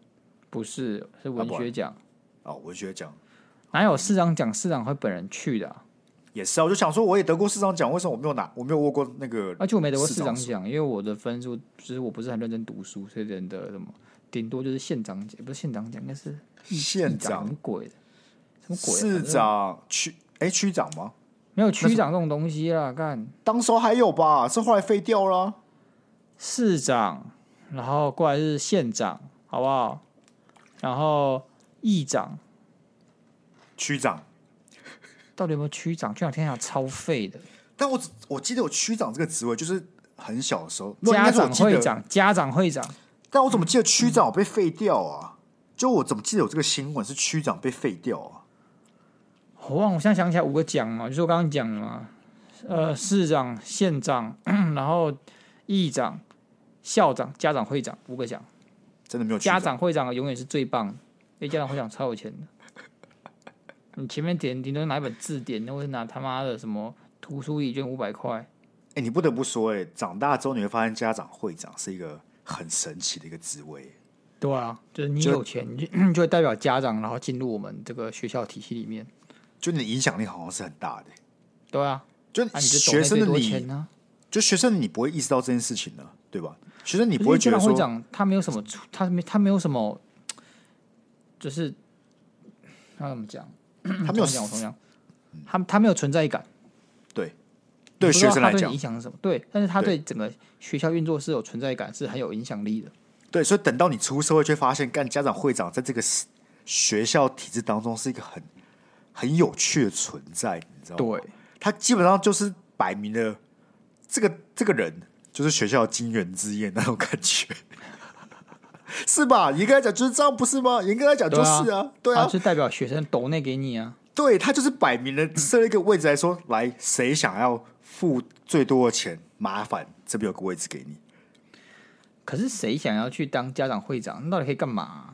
Speaker 2: 不是，是文学奖。
Speaker 1: 哦，文学奖
Speaker 2: 哪有市长奖？市长会本人去的啊、
Speaker 1: 也是啊。我就想说，我也得过市长奖，为什么我没有拿？我没有握过那个？
Speaker 2: 而且我没得过市
Speaker 1: 市
Speaker 2: 长
Speaker 1: 长
Speaker 2: 奖，因为我的分数就是我不是很认真读书，所以真的什么顶多就是县长奖，不是县长奖，应该是
Speaker 1: 县
Speaker 2: 长什
Speaker 1: 长
Speaker 2: 么、鬼的，什么鬼啊、
Speaker 1: 市
Speaker 2: 反正
Speaker 1: 长、区哎区长吗？
Speaker 2: 没有区长这种东西啦，干
Speaker 1: 当时候还有吧，是后来废掉了啊。
Speaker 2: 市长，然后过来是县长，好不好？然后议长，
Speaker 1: 区长，
Speaker 2: 到底有没有区长？区长天下超废的，
Speaker 1: 但我只我记得有区长这个职位，就是很小的时候，
Speaker 2: 家
Speaker 1: 应该是我
Speaker 2: 长
Speaker 1: 记得
Speaker 2: 会长，家长会长，
Speaker 1: 但我怎么记得区长有被废掉啊？就我怎么记得有这个新闻是区长被废掉啊？
Speaker 2: 我忘了，我现在想起来五个奖嘛，就是我刚刚讲的嘛，呃，市长、县长， 然后议长、校长、家长会长五个奖，
Speaker 1: 真的没有区
Speaker 2: 家长会长永远是最棒的，因为家长会长超有钱的。 你前面点顶多拿一本字典，或者拿他妈的什么图书一卷五百块，
Speaker 1: 哎、你不得不说、哎，长大之后你会发现家长会长是一个很神奇的一个职位。
Speaker 2: 对啊，就是你
Speaker 1: 就
Speaker 2: 有钱，你就 你就会代表家长，然后进入我们这个学校体系里面。
Speaker 1: 就你的影响力好像是很大的、
Speaker 2: 对啊，
Speaker 1: 就
Speaker 2: 啊，你就懂
Speaker 1: 学
Speaker 2: 得
Speaker 1: 生
Speaker 2: 最
Speaker 1: 的
Speaker 2: 多
Speaker 1: 你，
Speaker 2: 钱啊呢、
Speaker 1: 就学生的你不会意识到这件事情呢，对吧？学生你
Speaker 2: 你
Speaker 1: 不会觉得
Speaker 2: 会
Speaker 1: 说，
Speaker 2: 长他没有什么出，他没他没有什么，就是他怎么讲？
Speaker 1: 他没有
Speaker 2: 我嗯重讲，我重讲，他他没有存在感，
Speaker 1: 对，
Speaker 2: 你
Speaker 1: 对
Speaker 2: 不知道
Speaker 1: 学生
Speaker 2: 它
Speaker 1: 来
Speaker 2: 对你
Speaker 1: 讲
Speaker 2: 影，响是什么？对，但是它
Speaker 1: 对
Speaker 2: 对整个学校运作是有存在感，是很有影响力的。
Speaker 1: 对，所以等到你出社会，就会发现，干家长会长在这个 s- 学校体制当中是一个很很有趣的存在，你知道吗？
Speaker 2: 对，
Speaker 1: 他基本上就是摆明了这个这个人就是学校的金元之夜那种感觉， 是吧？严格来讲就是这样，不是吗？严格来讲就是啊，对啊
Speaker 2: 它，是代表学生抖内给你啊。
Speaker 1: 对他就是摆明了设了一个位置来说，来谁想要付最多的钱，麻烦这边有个位置给你。
Speaker 2: 可是谁想要去当家长会长？那到底可以干嘛啊、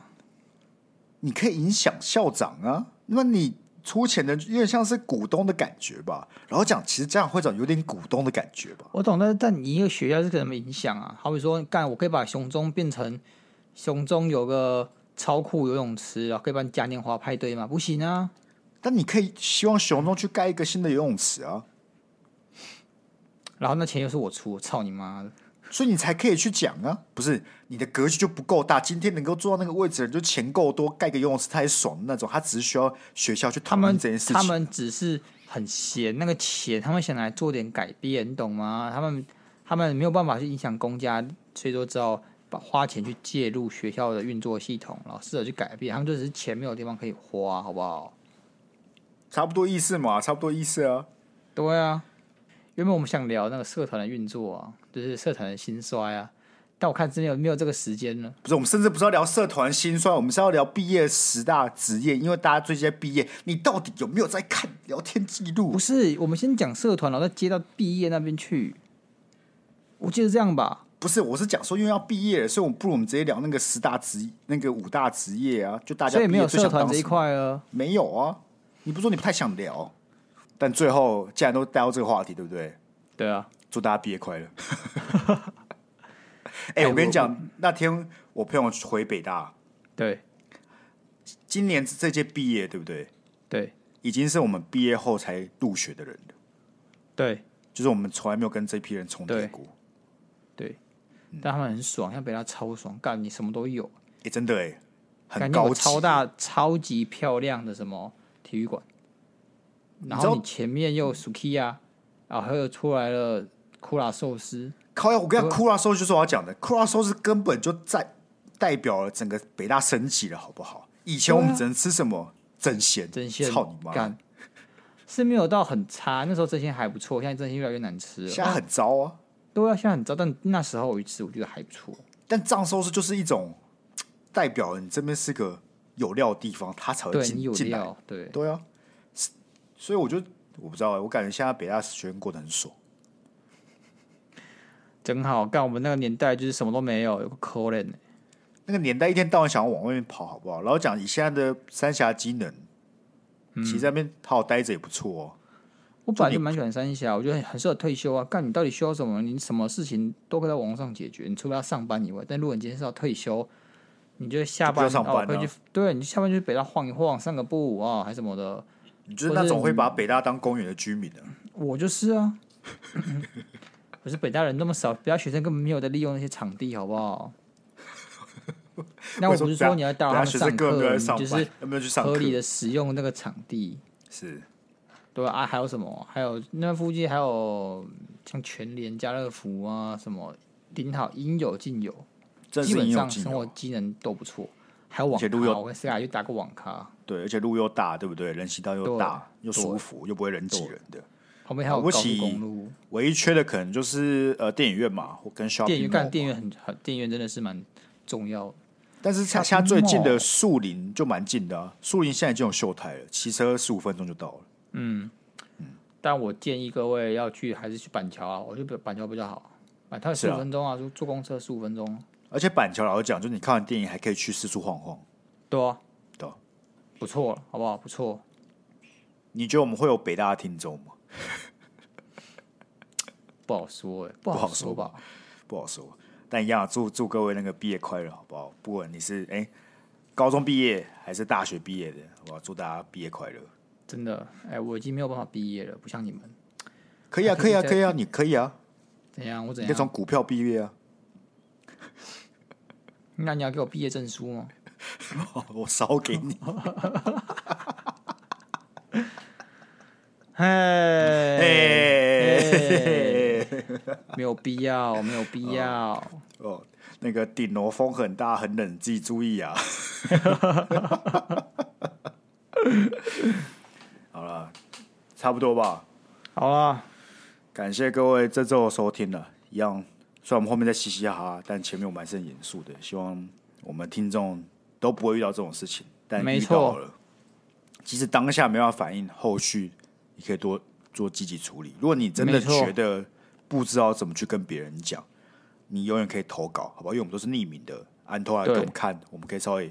Speaker 1: 你可以影响校长啊。那你出钱的有点像是股东的感觉吧。然后讲，其实家长会长有点股东的感觉吧。
Speaker 2: 我懂，但是但你一个学校是个什么影响啊？好比说，干我可以把熊中变成熊中有个超酷游泳池，然后可以办嘉年华派对吗？不行啊！
Speaker 1: 但你可以希望熊中去盖一个新的游泳池啊，
Speaker 2: 然后那钱又是我出，我操你妈的！
Speaker 1: 所以你才可以去讲啊。不是你的格局就不够大，今天能够坐到那个位置的人，就钱够多，盖个游泳池他也爽的那种。他只是需要学校去讨
Speaker 2: 他
Speaker 1: 论
Speaker 2: 们
Speaker 1: 这件事情。
Speaker 2: 他们只是很闲，那个钱他们想来做点改变，你懂吗？他们他们没有办法去影响公家，所以说只好把花钱去介入学校的运作系统，然后试着去改变。他们就只是钱没有地方可以花，好不好？
Speaker 1: 差不多意思嘛，差不多意思啊。
Speaker 2: 对啊，原本我们想聊那个社团的运作啊，就是社团的兴衰啊，但我看真的没有这个时间了。
Speaker 1: 不是，我们甚至不是要聊社团兴衰，我们是要聊毕业十大职业，因为大家最近在毕业，你到底有没有在看聊天记录
Speaker 2: 不？是，我们先讲社团，然后再接到毕业那边去。我记得这样吧，
Speaker 1: 不是，我是讲说，因为要毕业了，所以我们不如我们直接聊那个十大职、那个五大职业啊，就大家
Speaker 2: 所以没有
Speaker 1: 毕业最
Speaker 2: 社
Speaker 1: 想当
Speaker 2: 团这一
Speaker 1: 什么，
Speaker 2: 块了。
Speaker 1: 没有啊。你不说你不太想聊，但最后既然都带到这个话题，对不对？
Speaker 2: 对啊，
Speaker 1: 祝大家毕业 快乐。哎、
Speaker 2: 哎
Speaker 1: 我跟你
Speaker 2: 我
Speaker 1: 讲，那天我朋友回北大，
Speaker 2: 对
Speaker 1: 今年这届毕业，对不对？
Speaker 2: 对
Speaker 1: 已经是我们毕业后才入学的人了，
Speaker 2: 对
Speaker 1: 就是我们从来没有跟这批人重叠
Speaker 2: 对
Speaker 1: 过。
Speaker 2: 对，
Speaker 1: 嗯
Speaker 2: 但他们很爽，像北大超爽，干你什么都有，
Speaker 1: 哎、真的哎、很
Speaker 2: 感觉
Speaker 1: 高
Speaker 2: 有
Speaker 1: 级
Speaker 2: 超大、超级漂亮的什么体育馆，然
Speaker 1: 知道
Speaker 2: 后你前面又 Sukiya，然后又出来了库拉寿司。
Speaker 1: 靠呀！我跟你讲，库拉收就是我要讲的，库拉收是根本就在代表了整个北大升级了，好不好？以前我们只能吃什么整鲜，
Speaker 2: 真鲜，
Speaker 1: 操你妈！
Speaker 2: 干是没有到很差，那时候真鲜还不错，现在真鲜越来越难吃
Speaker 1: 现
Speaker 2: 了。
Speaker 1: 在很糟啊，
Speaker 2: 对啊，现在很糟，但那时候我一吃，我觉得还不错。
Speaker 1: 但藏收是就是一种嘖代表了你这边是个有料的地方，它才会
Speaker 2: 对你
Speaker 1: 进
Speaker 2: 有
Speaker 1: 进来。
Speaker 2: 料，对，
Speaker 1: 对啊，是所以我就我不知道欸，我感觉现在北大学生过得很爽。
Speaker 2: 真好。干我们那个年代就是什么都没有，有个 c o l i n
Speaker 1: 那个年代一天到晚想要往外面跑，好不好？然后讲以现在的三峡机能，
Speaker 2: 嗯
Speaker 1: 其实在那边好好待着也不错哦。
Speaker 2: 我本来就蛮喜欢三峡，我觉得很很适合退休啊。干你到底需要什么？你什么事情都可以在网络上解决，你除了要上班以外，但如果你今天是要退休，你就下
Speaker 1: 就
Speaker 2: 班
Speaker 1: 不要上班啊
Speaker 2: 哦，可以去对，你下班就去北大晃一晃，散个步啊、还什么的。
Speaker 1: 你就是那种会把北大当公园的居民的、
Speaker 2: 我就是啊， 可是北大人那么少，北大学生根本没有在利用那些场地，好 不好？那我不是说你要带
Speaker 1: 大家啊
Speaker 2: 他们
Speaker 1: 学生
Speaker 2: 上
Speaker 1: 根本没有在
Speaker 2: 课，你
Speaker 1: 上
Speaker 2: 就
Speaker 1: 班
Speaker 2: 是，
Speaker 1: 有没有去上课
Speaker 2: 合？理的使用那个场地，
Speaker 1: 是
Speaker 2: 对吧？啊，还有什么？还有那附近还有像全联、家乐福啊，什么顶好应有尽有，
Speaker 1: 真的
Speaker 2: 基
Speaker 1: 是
Speaker 2: 本
Speaker 1: 应有
Speaker 2: 上
Speaker 1: 尽
Speaker 2: 生活
Speaker 1: 有。
Speaker 2: 机能都不错。还有网
Speaker 1: 而且
Speaker 2: 咖，
Speaker 1: 路又
Speaker 2: 我跟 Sky 去打个网咖，
Speaker 1: 对，而且路又大，对不对？人行道又
Speaker 2: 对
Speaker 1: 大，又舒服，又不会人挤人的。
Speaker 2: 旁边还有
Speaker 1: 啊了不
Speaker 2: 高
Speaker 1: 起
Speaker 2: 速公路，
Speaker 1: 唯一缺的可能就是呃电影院嘛，或跟 shopping
Speaker 2: 电影院
Speaker 1: mall
Speaker 2: 干电影院很很电影院真的是蛮重要的。
Speaker 1: 但是它
Speaker 2: shopping
Speaker 1: 现在最近的
Speaker 2: mall
Speaker 1: 树林就蛮近的啊，树林现在已经有秀台了，骑车十五分钟就到了。
Speaker 2: 但我建议各位要去还是去板桥啊，我觉得板桥比较好，板桥
Speaker 1: 是
Speaker 2: 十
Speaker 1: 啊
Speaker 2: 五分钟啊，就坐公车十五分钟，
Speaker 1: 而且板桥老实讲，就是你看完电影还可以去四处晃晃。
Speaker 2: 对啊，
Speaker 1: 对啊
Speaker 2: 不错了，好不好？不错，
Speaker 1: 你觉得我们会有北大的听众吗？
Speaker 2: 不好说哎、不
Speaker 1: 好
Speaker 2: 好
Speaker 1: 说
Speaker 2: 吧？
Speaker 1: 不好说。但一样，啊祝祝各位那个毕业快乐，好不好？不管你是哎、高中毕业还是大学毕业的，好不好？祝大家毕业快乐。
Speaker 2: 真的，哎、我已经没有办法毕业了，不像你们，
Speaker 1: 可以啊，
Speaker 2: 还
Speaker 1: 可
Speaker 2: 可以
Speaker 1: 以啊，
Speaker 2: 再
Speaker 1: 可以啊，你可以啊，
Speaker 2: 怎样？我怎
Speaker 1: 你可以从
Speaker 2: 样？
Speaker 1: 股票毕业啊。
Speaker 2: 那你要给我毕业证书吗？
Speaker 1: 我烧给 你，
Speaker 2: 哎、
Speaker 1: 哎、
Speaker 2: 对，没有必要，没有必要。
Speaker 1: 哦，那个顶楼风很大，很冷，自己注意啊。 好了，差不多吧。
Speaker 2: 好啦，
Speaker 1: 感谢各位这周的收听了，一样，虽然我们后面在嘻嘻哈哈，但前面我们还是很严肃的。希望我们听众都不会遇到这种事情，但
Speaker 2: 没
Speaker 1: 遇
Speaker 2: 错
Speaker 1: 到了，即使当下没办法反应，后续你可以多做积极处理。如果你真的
Speaker 2: 没错
Speaker 1: 觉得不知道怎么去跟别人讲，你永远可以投稿，好吧？因为我们都是匿名的，安托来给
Speaker 2: 对
Speaker 1: 我们看，我们可以稍微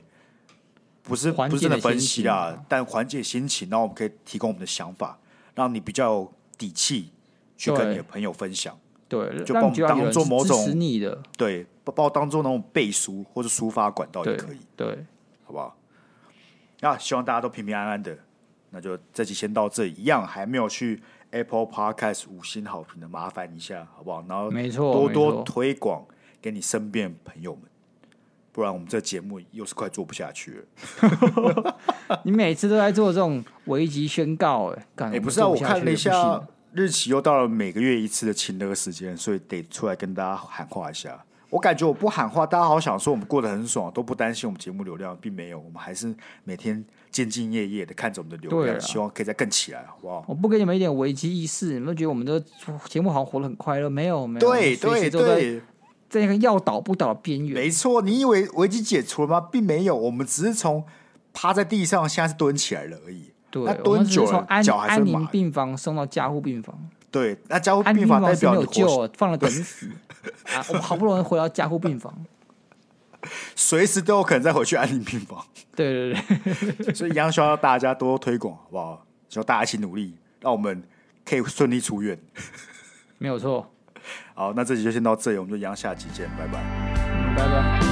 Speaker 1: 不是
Speaker 2: 缓
Speaker 1: 不
Speaker 2: 解
Speaker 1: 是真的
Speaker 2: 的
Speaker 1: 分
Speaker 2: 心
Speaker 1: 析
Speaker 2: 情
Speaker 1: 啦，但缓解心情，然后我们可以提供我们的想法，让你比较有底气去跟
Speaker 2: 对
Speaker 1: 你的朋友分享。
Speaker 2: 对，
Speaker 1: 就把我
Speaker 2: 让你
Speaker 1: 们
Speaker 2: 觉得有
Speaker 1: 当
Speaker 2: 人
Speaker 1: 做
Speaker 2: 是
Speaker 1: 某
Speaker 2: 支
Speaker 1: 种
Speaker 2: 持你的，
Speaker 1: 对，把把我当做那种背书或者抒发管道也
Speaker 2: 对
Speaker 1: 哦可以，
Speaker 2: 对，
Speaker 1: 好不好？那希望大家都平平安安的。那就这期先到这里，一样还没有去 Apple Podcast 五星好评的，麻烦一下，好不好？然后
Speaker 2: 没错，
Speaker 1: 哦多
Speaker 2: 没
Speaker 1: 多
Speaker 2: 错
Speaker 1: 推广给你身边朋友们，不然我们这节目又是快做不下去了。
Speaker 2: 你每次都在做这种危机宣告、哎，干，
Speaker 1: 哎、
Speaker 2: 们
Speaker 1: 不是啊，
Speaker 2: 做
Speaker 1: 我
Speaker 2: 下
Speaker 1: 看
Speaker 2: 去
Speaker 1: 了一
Speaker 2: 不行
Speaker 1: 下日期，又到了每个月一次的亲热时间，所以得出来跟大家喊话一下。我感觉我不喊话，大家好想说我们过得很爽，都不担心我们节目流量，并没有，我们还是每天兢兢业业的看着我们的流
Speaker 2: 对
Speaker 1: 量，
Speaker 2: 啊
Speaker 1: 希望可以再更起来，好不好？
Speaker 2: 我不给你们一点危机意识，你们觉得我们的节目好像活得很快乐？没有，没有，
Speaker 1: 对
Speaker 2: 我们随
Speaker 1: 对
Speaker 2: 时都在
Speaker 1: 对，
Speaker 2: 在一个要倒不倒的边缘。
Speaker 1: 没错。你以为危机解除了吗？并没有，我们只是从趴在地上，现在是蹲起来了而已。
Speaker 2: 对，
Speaker 1: 那
Speaker 2: 我
Speaker 1: 蹲
Speaker 2: 们只
Speaker 1: 久
Speaker 2: 是从
Speaker 1: 了，
Speaker 2: 安
Speaker 1: 脚还是
Speaker 2: 安
Speaker 1: 会
Speaker 2: 宁
Speaker 1: 麻的。
Speaker 2: 病房送到加护病房，
Speaker 1: 对，那加护
Speaker 2: 安宁
Speaker 1: 病
Speaker 2: 病
Speaker 1: 法
Speaker 2: 房
Speaker 1: 代
Speaker 2: 是没
Speaker 1: 表
Speaker 2: 有
Speaker 1: 你
Speaker 2: 救
Speaker 1: 活，
Speaker 2: 了，放了等死 啊！我好不容易回到加护病房，
Speaker 1: 随时都有可能再回去安宁病房。
Speaker 2: 对对对，
Speaker 1: 所以一样需要大家多推广，好不好？希望大家一起努力，让我们可以顺利出院。
Speaker 2: 没有错，
Speaker 1: 好，那这集就先到这里，我们就一样下期见，拜拜。
Speaker 2: 拜拜。